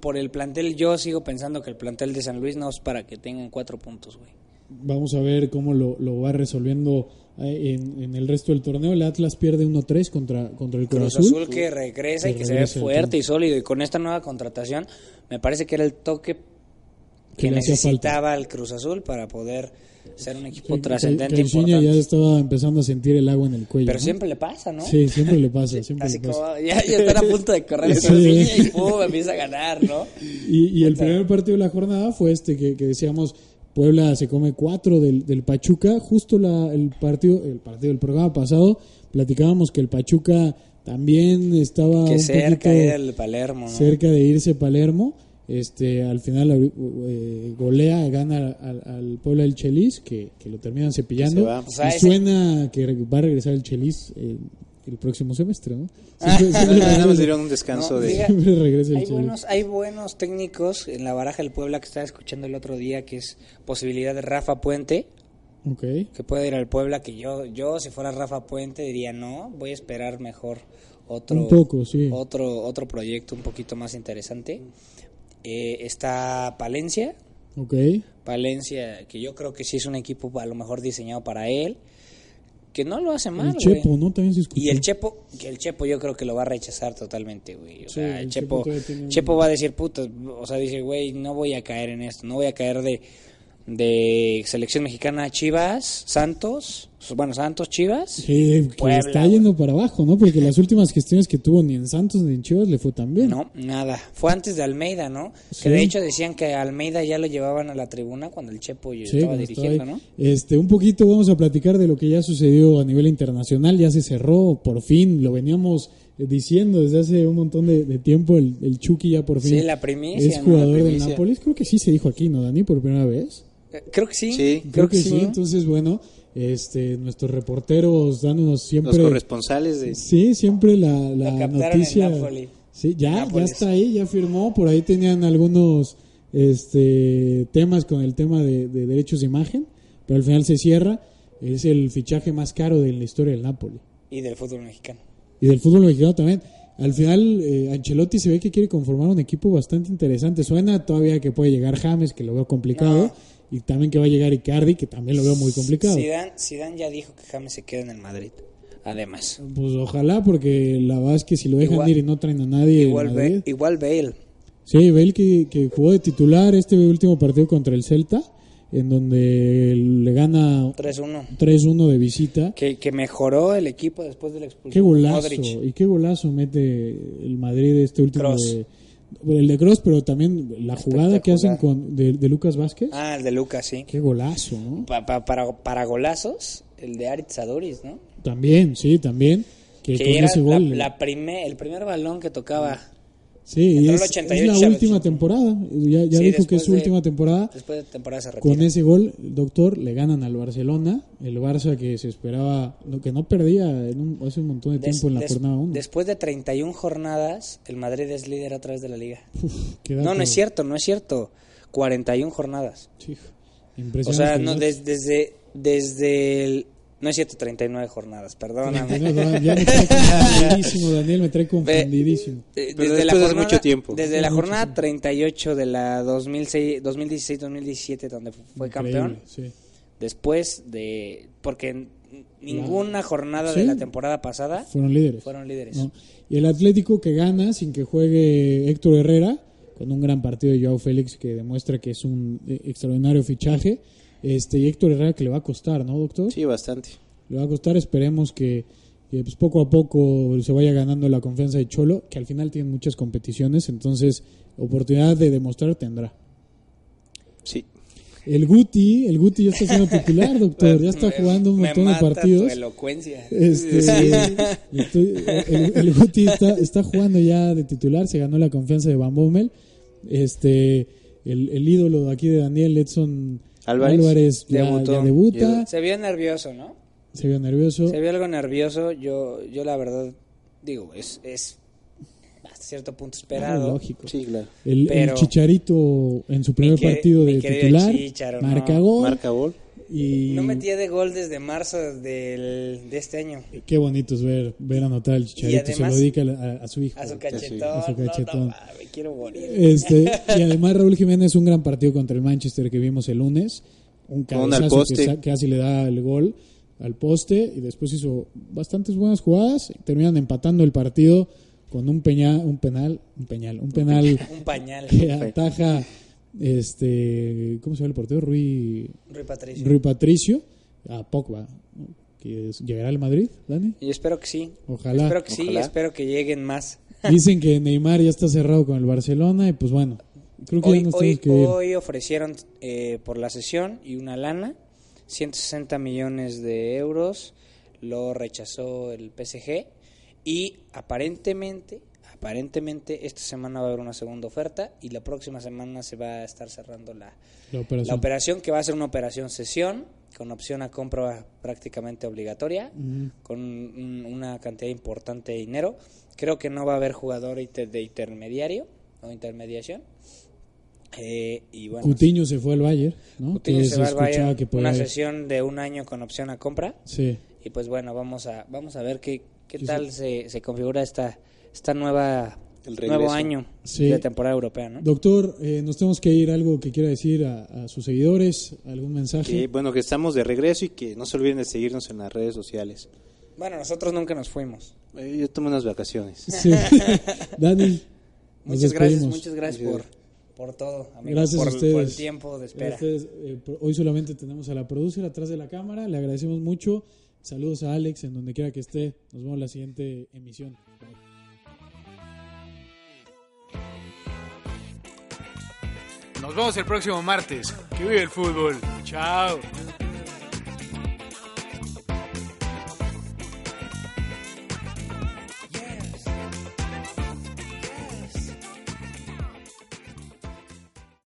Speaker 4: por el plantel, yo sigo pensando que el plantel de San Luis no es para que tengan cuatro puntos, güey.
Speaker 2: Vamos a ver cómo lo, lo va resolviendo eh, en, en el resto del torneo. El Atlas pierde 1-3 contra, contra el Cruz,
Speaker 4: Cruz Azul que regresa y
Speaker 2: Que
Speaker 4: que se
Speaker 2: regresa,
Speaker 4: ve fuerte y sólido. Y con esta nueva contratación, me parece que era el toque
Speaker 2: Que
Speaker 4: que
Speaker 2: le hacía
Speaker 4: necesitaba el Cruz Azul para poder ser un equipo
Speaker 2: Que- que-
Speaker 4: trascendente
Speaker 2: que Alciña
Speaker 4: importante.
Speaker 2: ya estaba empezando a sentir el agua en el cuello.
Speaker 4: Pero
Speaker 2: ¿no?
Speaker 4: siempre le pasa, ¿no?
Speaker 2: Sí, siempre le pasa. Siempre
Speaker 4: Así
Speaker 2: le pasa.
Speaker 4: como ya, ya están a punto de correr
Speaker 2: Sí.
Speaker 4: el Alciña y pum, empieza a ganar, ¿no?
Speaker 2: Y, y el primer partido de la jornada fue este que, que decíamos Puebla se come cuatro del, del Pachuca. Justo la- el partido, el partido del programa pasado platicábamos que el Pachuca también estaba
Speaker 4: Que
Speaker 2: un
Speaker 4: cerca
Speaker 2: poquito
Speaker 4: era el Palermo, ¿no?
Speaker 2: cerca de irse Palermo. Este, al final eh, golea, gana al, al Puebla el Chelis, que, que lo terminan cepillando.
Speaker 3: Que se va.
Speaker 4: O sea,
Speaker 2: y
Speaker 4: ese-
Speaker 2: suena que re- va a regresar el Chelis eh, el próximo semestre, ¿no? Siempre, siempre
Speaker 3: Nada más
Speaker 2: regresa-
Speaker 3: dieron un descanso
Speaker 4: No,
Speaker 3: de...
Speaker 4: diga-
Speaker 2: siempre regresa el
Speaker 4: Ah. Hay
Speaker 2: Chelis.
Speaker 4: buenos, hay buenos técnicos en la baraja del Puebla que estaba escuchando el otro día, que es posibilidad de Rafa Puente,
Speaker 2: Ok.
Speaker 4: que puede ir al Puebla, que yo, yo si fuera Rafa Puente diría no, voy a esperar mejor otro,
Speaker 2: Un poco, sí.
Speaker 4: otro, otro proyecto un poquito más interesante. Eh, está Palencia,
Speaker 2: Ok.
Speaker 4: Palencia, que yo creo que sí es un equipo a lo mejor diseñado para él, que no lo hace mal.
Speaker 2: El
Speaker 4: güey.
Speaker 2: Chepo, ¿no? También se escuchó.
Speaker 4: Y el Chepo, que el Chepo yo creo que lo va a rechazar totalmente, güey. O
Speaker 2: Sí,
Speaker 4: sea,
Speaker 2: el
Speaker 4: el
Speaker 2: Chepo
Speaker 4: Chepo,
Speaker 2: todavía tiene un-
Speaker 4: Chepo va a decir, puta, o sea, dice, güey, no voy a caer en esto, no voy a caer de, de selección mexicana a Chivas, Santos, bueno, Santos, Chivas.
Speaker 2: Sí, que
Speaker 4: Puebla,
Speaker 2: está
Speaker 4: güey.
Speaker 2: yendo para abajo, ¿no? Porque las últimas gestiones que tuvo ni en Santos ni en Chivas le fue tan bien.
Speaker 4: No, nada. Fue antes de Almeida, ¿no?
Speaker 2: Sí.
Speaker 4: Que de hecho decían que a Almeida ya lo llevaban a la tribuna cuando el Chepo
Speaker 2: Sí,
Speaker 4: estaba
Speaker 2: cuando estaba
Speaker 4: dirigiendo,
Speaker 2: ahí.
Speaker 4: ¿no?
Speaker 2: Este, un poquito vamos a platicar de lo que ya sucedió a nivel internacional, ya se cerró, por fin, lo veníamos eh, diciendo desde hace un montón de, de tiempo, el, el Chucky ya por fin
Speaker 4: Sí, la primicia,
Speaker 2: es
Speaker 4: ¿no?
Speaker 2: jugador
Speaker 3: La
Speaker 2: del
Speaker 3: primicia.
Speaker 2: Nápoles, creo que sí se dijo aquí, ¿no, Dani? Por primera vez.
Speaker 4: Eh, Creo que sí.
Speaker 3: Sí.
Speaker 4: creo, que, sí. ¿no?
Speaker 2: entonces bueno, este, nuestros reporteros dándonos
Speaker 3: Los
Speaker 2: siempre...
Speaker 3: corresponsales de...
Speaker 2: Sí, siempre la, la
Speaker 4: Lo captaron en
Speaker 2: noticia.
Speaker 4: Napoli.
Speaker 2: Sí, ya,
Speaker 4: Nápoles.
Speaker 2: ya está ahí, ya firmó. Por ahí tenían algunos este, temas con el tema de, de derechos de imagen, pero al final se cierra. Es el fichaje más caro de la historia del Napoli
Speaker 4: Y del fútbol mexicano.
Speaker 2: y del fútbol mexicano también. Al final, eh, Ancelotti se ve que quiere conformar un equipo bastante interesante. Suena todavía que puede llegar James, que lo veo complicado, y también que va a llegar Icardi, que también lo veo muy complicado.
Speaker 4: Zidane, Zidane ya dijo que James se queda en el Madrid. Además.
Speaker 2: Pues ojalá, porque la verdad es que si lo dejan
Speaker 4: Igual-
Speaker 2: ir y no traen a nadie. el
Speaker 4: Igual,
Speaker 2: Madrid-
Speaker 4: Ba- igual Bale.
Speaker 2: Sí, Bale que, que jugó de titular este último partido contra el Celta, en donde le gana
Speaker 4: 3-1.
Speaker 2: 3-1 de visita.
Speaker 4: Que, que mejoró el equipo después de la expulsión.
Speaker 2: Qué golazo,
Speaker 4: Modric.
Speaker 2: y qué golazo mete el Madrid este último.
Speaker 4: Kroos.
Speaker 2: de- el de Cross, pero también la jugada que hacen con de, de Lucas Vázquez.
Speaker 4: Ah, el de Lucas, sí.
Speaker 2: Qué golazo, ¿no?
Speaker 4: Pa- pa- para, para golazos, el de Aritz Adoris, ¿no?
Speaker 2: También, sí, también. Que,
Speaker 4: que
Speaker 2: con
Speaker 4: era
Speaker 2: ese
Speaker 4: la-
Speaker 2: gol.
Speaker 4: la primer- el primer balón que tocaba
Speaker 2: sí, y
Speaker 4: entró el
Speaker 2: es,
Speaker 4: 88
Speaker 2: es la
Speaker 4: al 80.
Speaker 2: última temporada. Ya, ya
Speaker 4: Sí,
Speaker 2: dijo que es
Speaker 4: después
Speaker 2: su
Speaker 4: de-
Speaker 2: última temporada.
Speaker 4: después de temporada se retira.
Speaker 2: Con ese gol, doctor, le ganan al Barcelona, el Barça que se esperaba, lo que no perdía en un- hace un montón de
Speaker 4: Des-
Speaker 2: tiempo en la
Speaker 4: des-
Speaker 2: jornada 1.
Speaker 4: Después de 31 jornadas, el Madrid es líder otra vez de la liga. No, no es
Speaker 2: cierto.
Speaker 4: cierto, no es cierto. 41 jornadas. O
Speaker 2: Impresionante.
Speaker 4: sea, no,
Speaker 2: ¿verdad?
Speaker 4: des- desde, desde el... No es cierto, 39 jornadas, perdóname.
Speaker 2: Ya me trae confundidísimo, Daniel, me trae confundidísimo.
Speaker 4: Eh,
Speaker 3: Pero después es mucho tiempo.
Speaker 4: Desde la
Speaker 2: Es mucho
Speaker 4: jornada 38 de la 2016-2017, donde fu- fue campeón.
Speaker 2: Increíble, sí.
Speaker 4: Después de... Porque n- ninguna jornada
Speaker 2: Sí.
Speaker 4: de la temporada pasada
Speaker 2: Fueron líderes.
Speaker 4: fueron líderes.
Speaker 2: ¿no? Y el Atlético que gana sin que juegue Héctor Herrera, con un gran partido de Joao Félix que demuestra que es un eh, extraordinario fichaje. Este, y Héctor Herrera que le va a costar, ¿no, doctor?
Speaker 3: Sí, bastante.
Speaker 2: le va a costar. Esperemos que, que, pues, poco a poco se vaya ganando la confianza de Cholo, que al final tiene muchas competiciones, entonces oportunidad de demostrar tendrá.
Speaker 3: Sí.
Speaker 2: El Guti, el Guti ya está siendo titular, doctor, ya está jugando un
Speaker 4: Me
Speaker 2: montón de
Speaker 4: mata tu
Speaker 2: partidos.
Speaker 4: elocuencia.
Speaker 2: Este, le estoy- el, el Guti está, está jugando ya de titular, se ganó la confianza de Van Bommel. Este, el, el ídolo de aquí de Daniel Edson
Speaker 3: Álvarez.
Speaker 2: ya,
Speaker 4: Debutó.
Speaker 2: ya debuta,
Speaker 4: Se vio nervioso, ¿no?
Speaker 2: se vio nervioso.
Speaker 4: Se vio algo nervioso. Yo, yo la verdad, digo, es, es hasta cierto punto
Speaker 2: Claro,
Speaker 4: esperado.
Speaker 2: Ah, lógico.
Speaker 3: Sí, claro.
Speaker 2: El, el
Speaker 4: Pero-
Speaker 2: Chicharito en su primer
Speaker 4: Mi queri-
Speaker 2: partido
Speaker 4: mi
Speaker 2: de
Speaker 4: querido
Speaker 2: titular
Speaker 4: Chicharo,
Speaker 2: marca
Speaker 4: no.
Speaker 2: gol
Speaker 3: Marca gol.
Speaker 2: y
Speaker 4: No metía de gol desde marzo del, de este año.
Speaker 2: qué bonito es ver, ver anotar al Chicharito, se lo
Speaker 4: además-
Speaker 2: dedica a, a su hijo.
Speaker 4: A su
Speaker 3: sí.
Speaker 4: cachetón.
Speaker 2: A su
Speaker 4: no, no,
Speaker 2: cachetón.
Speaker 4: ma, me quiero morir.
Speaker 2: Este, y además Raúl Jiménez un gran partido contra el Manchester que vimos el lunes, un
Speaker 3: Con al
Speaker 2: cabezazo que
Speaker 3: poste.
Speaker 2: sa- que casi le da el gol al poste y después hizo bastantes buenas jugadas, y terminan empatando el partido con un peña, un penal, un peñal, un penal
Speaker 4: Un pañal.
Speaker 2: que ataja este, ¿cómo se llama el portero? Rui
Speaker 4: Rui Patricio.
Speaker 2: Rui Patricio a Pogba, ¿no? que es- llegará al Madrid, Dani.
Speaker 4: Y espero que sí.
Speaker 2: Ojalá.
Speaker 4: Espero que sí.
Speaker 3: Ojalá.
Speaker 4: Espero que lleguen más.
Speaker 2: Dicen que Neymar ya está cerrado con el Barcelona y pues bueno, creo que ya
Speaker 4: Hoy,
Speaker 2: nos
Speaker 4: hoy,
Speaker 2: tenemos que ir.
Speaker 4: hoy ofrecieron eh, por la sesión y una lana, 160 millones de euros, lo rechazó el PSG y aparentemente, aparentemente esta semana va a haber una segunda oferta y la próxima semana se va a estar cerrando la,
Speaker 2: la
Speaker 4: la
Speaker 2: operación.
Speaker 4: operación que va a ser una operación sesión con opción a compra prácticamente obligatoria, con un- una cantidad importante de dinero. Creo que no va a haber jugador inter- de intermediario o intermediación. Eh, y bueno,
Speaker 2: Coutinho se fue al Bayern, ¿no?
Speaker 4: Coutinho
Speaker 2: que
Speaker 4: se va al
Speaker 2: escuchaba
Speaker 4: Bayern,
Speaker 2: que podía
Speaker 4: una
Speaker 2: ir.
Speaker 4: sesión de un año con opción a compra.
Speaker 2: Sí.
Speaker 4: Y pues bueno, vamos a, vamos a ver qué, ¿Qué
Speaker 2: Sí,
Speaker 4: tal se, se configura esta, esta nueva
Speaker 3: El
Speaker 4: nuevo
Speaker 3: regreso.
Speaker 4: año
Speaker 2: Sí.
Speaker 4: de temporada europea, no?
Speaker 2: Doctor, eh, nos tenemos que ir. Algo que quiera decir a, a sus seguidores, algún
Speaker 3: Que,
Speaker 2: mensaje.
Speaker 3: bueno, que estamos de regreso y que no se olviden de seguirnos en las redes sociales.
Speaker 4: Bueno, nosotros nunca nos fuimos.
Speaker 3: Eh, Yo tomo unas vacaciones.
Speaker 2: Sí. Dani, nos
Speaker 4: Muchas gracias,
Speaker 2: despedimos.
Speaker 4: muchas gracias por, por todo, amigo,
Speaker 2: Gracias
Speaker 4: por,
Speaker 2: a ustedes.
Speaker 4: por el tiempo de espera.
Speaker 2: Ustedes, eh, por- hoy solamente tenemos a la producer atrás de la cámara. Le agradecemos mucho. Saludos a Alex en donde quiera que esté. Nos vemos en la siguiente emisión.
Speaker 1: Nos vemos el próximo martes. Que vive el fútbol. Chao.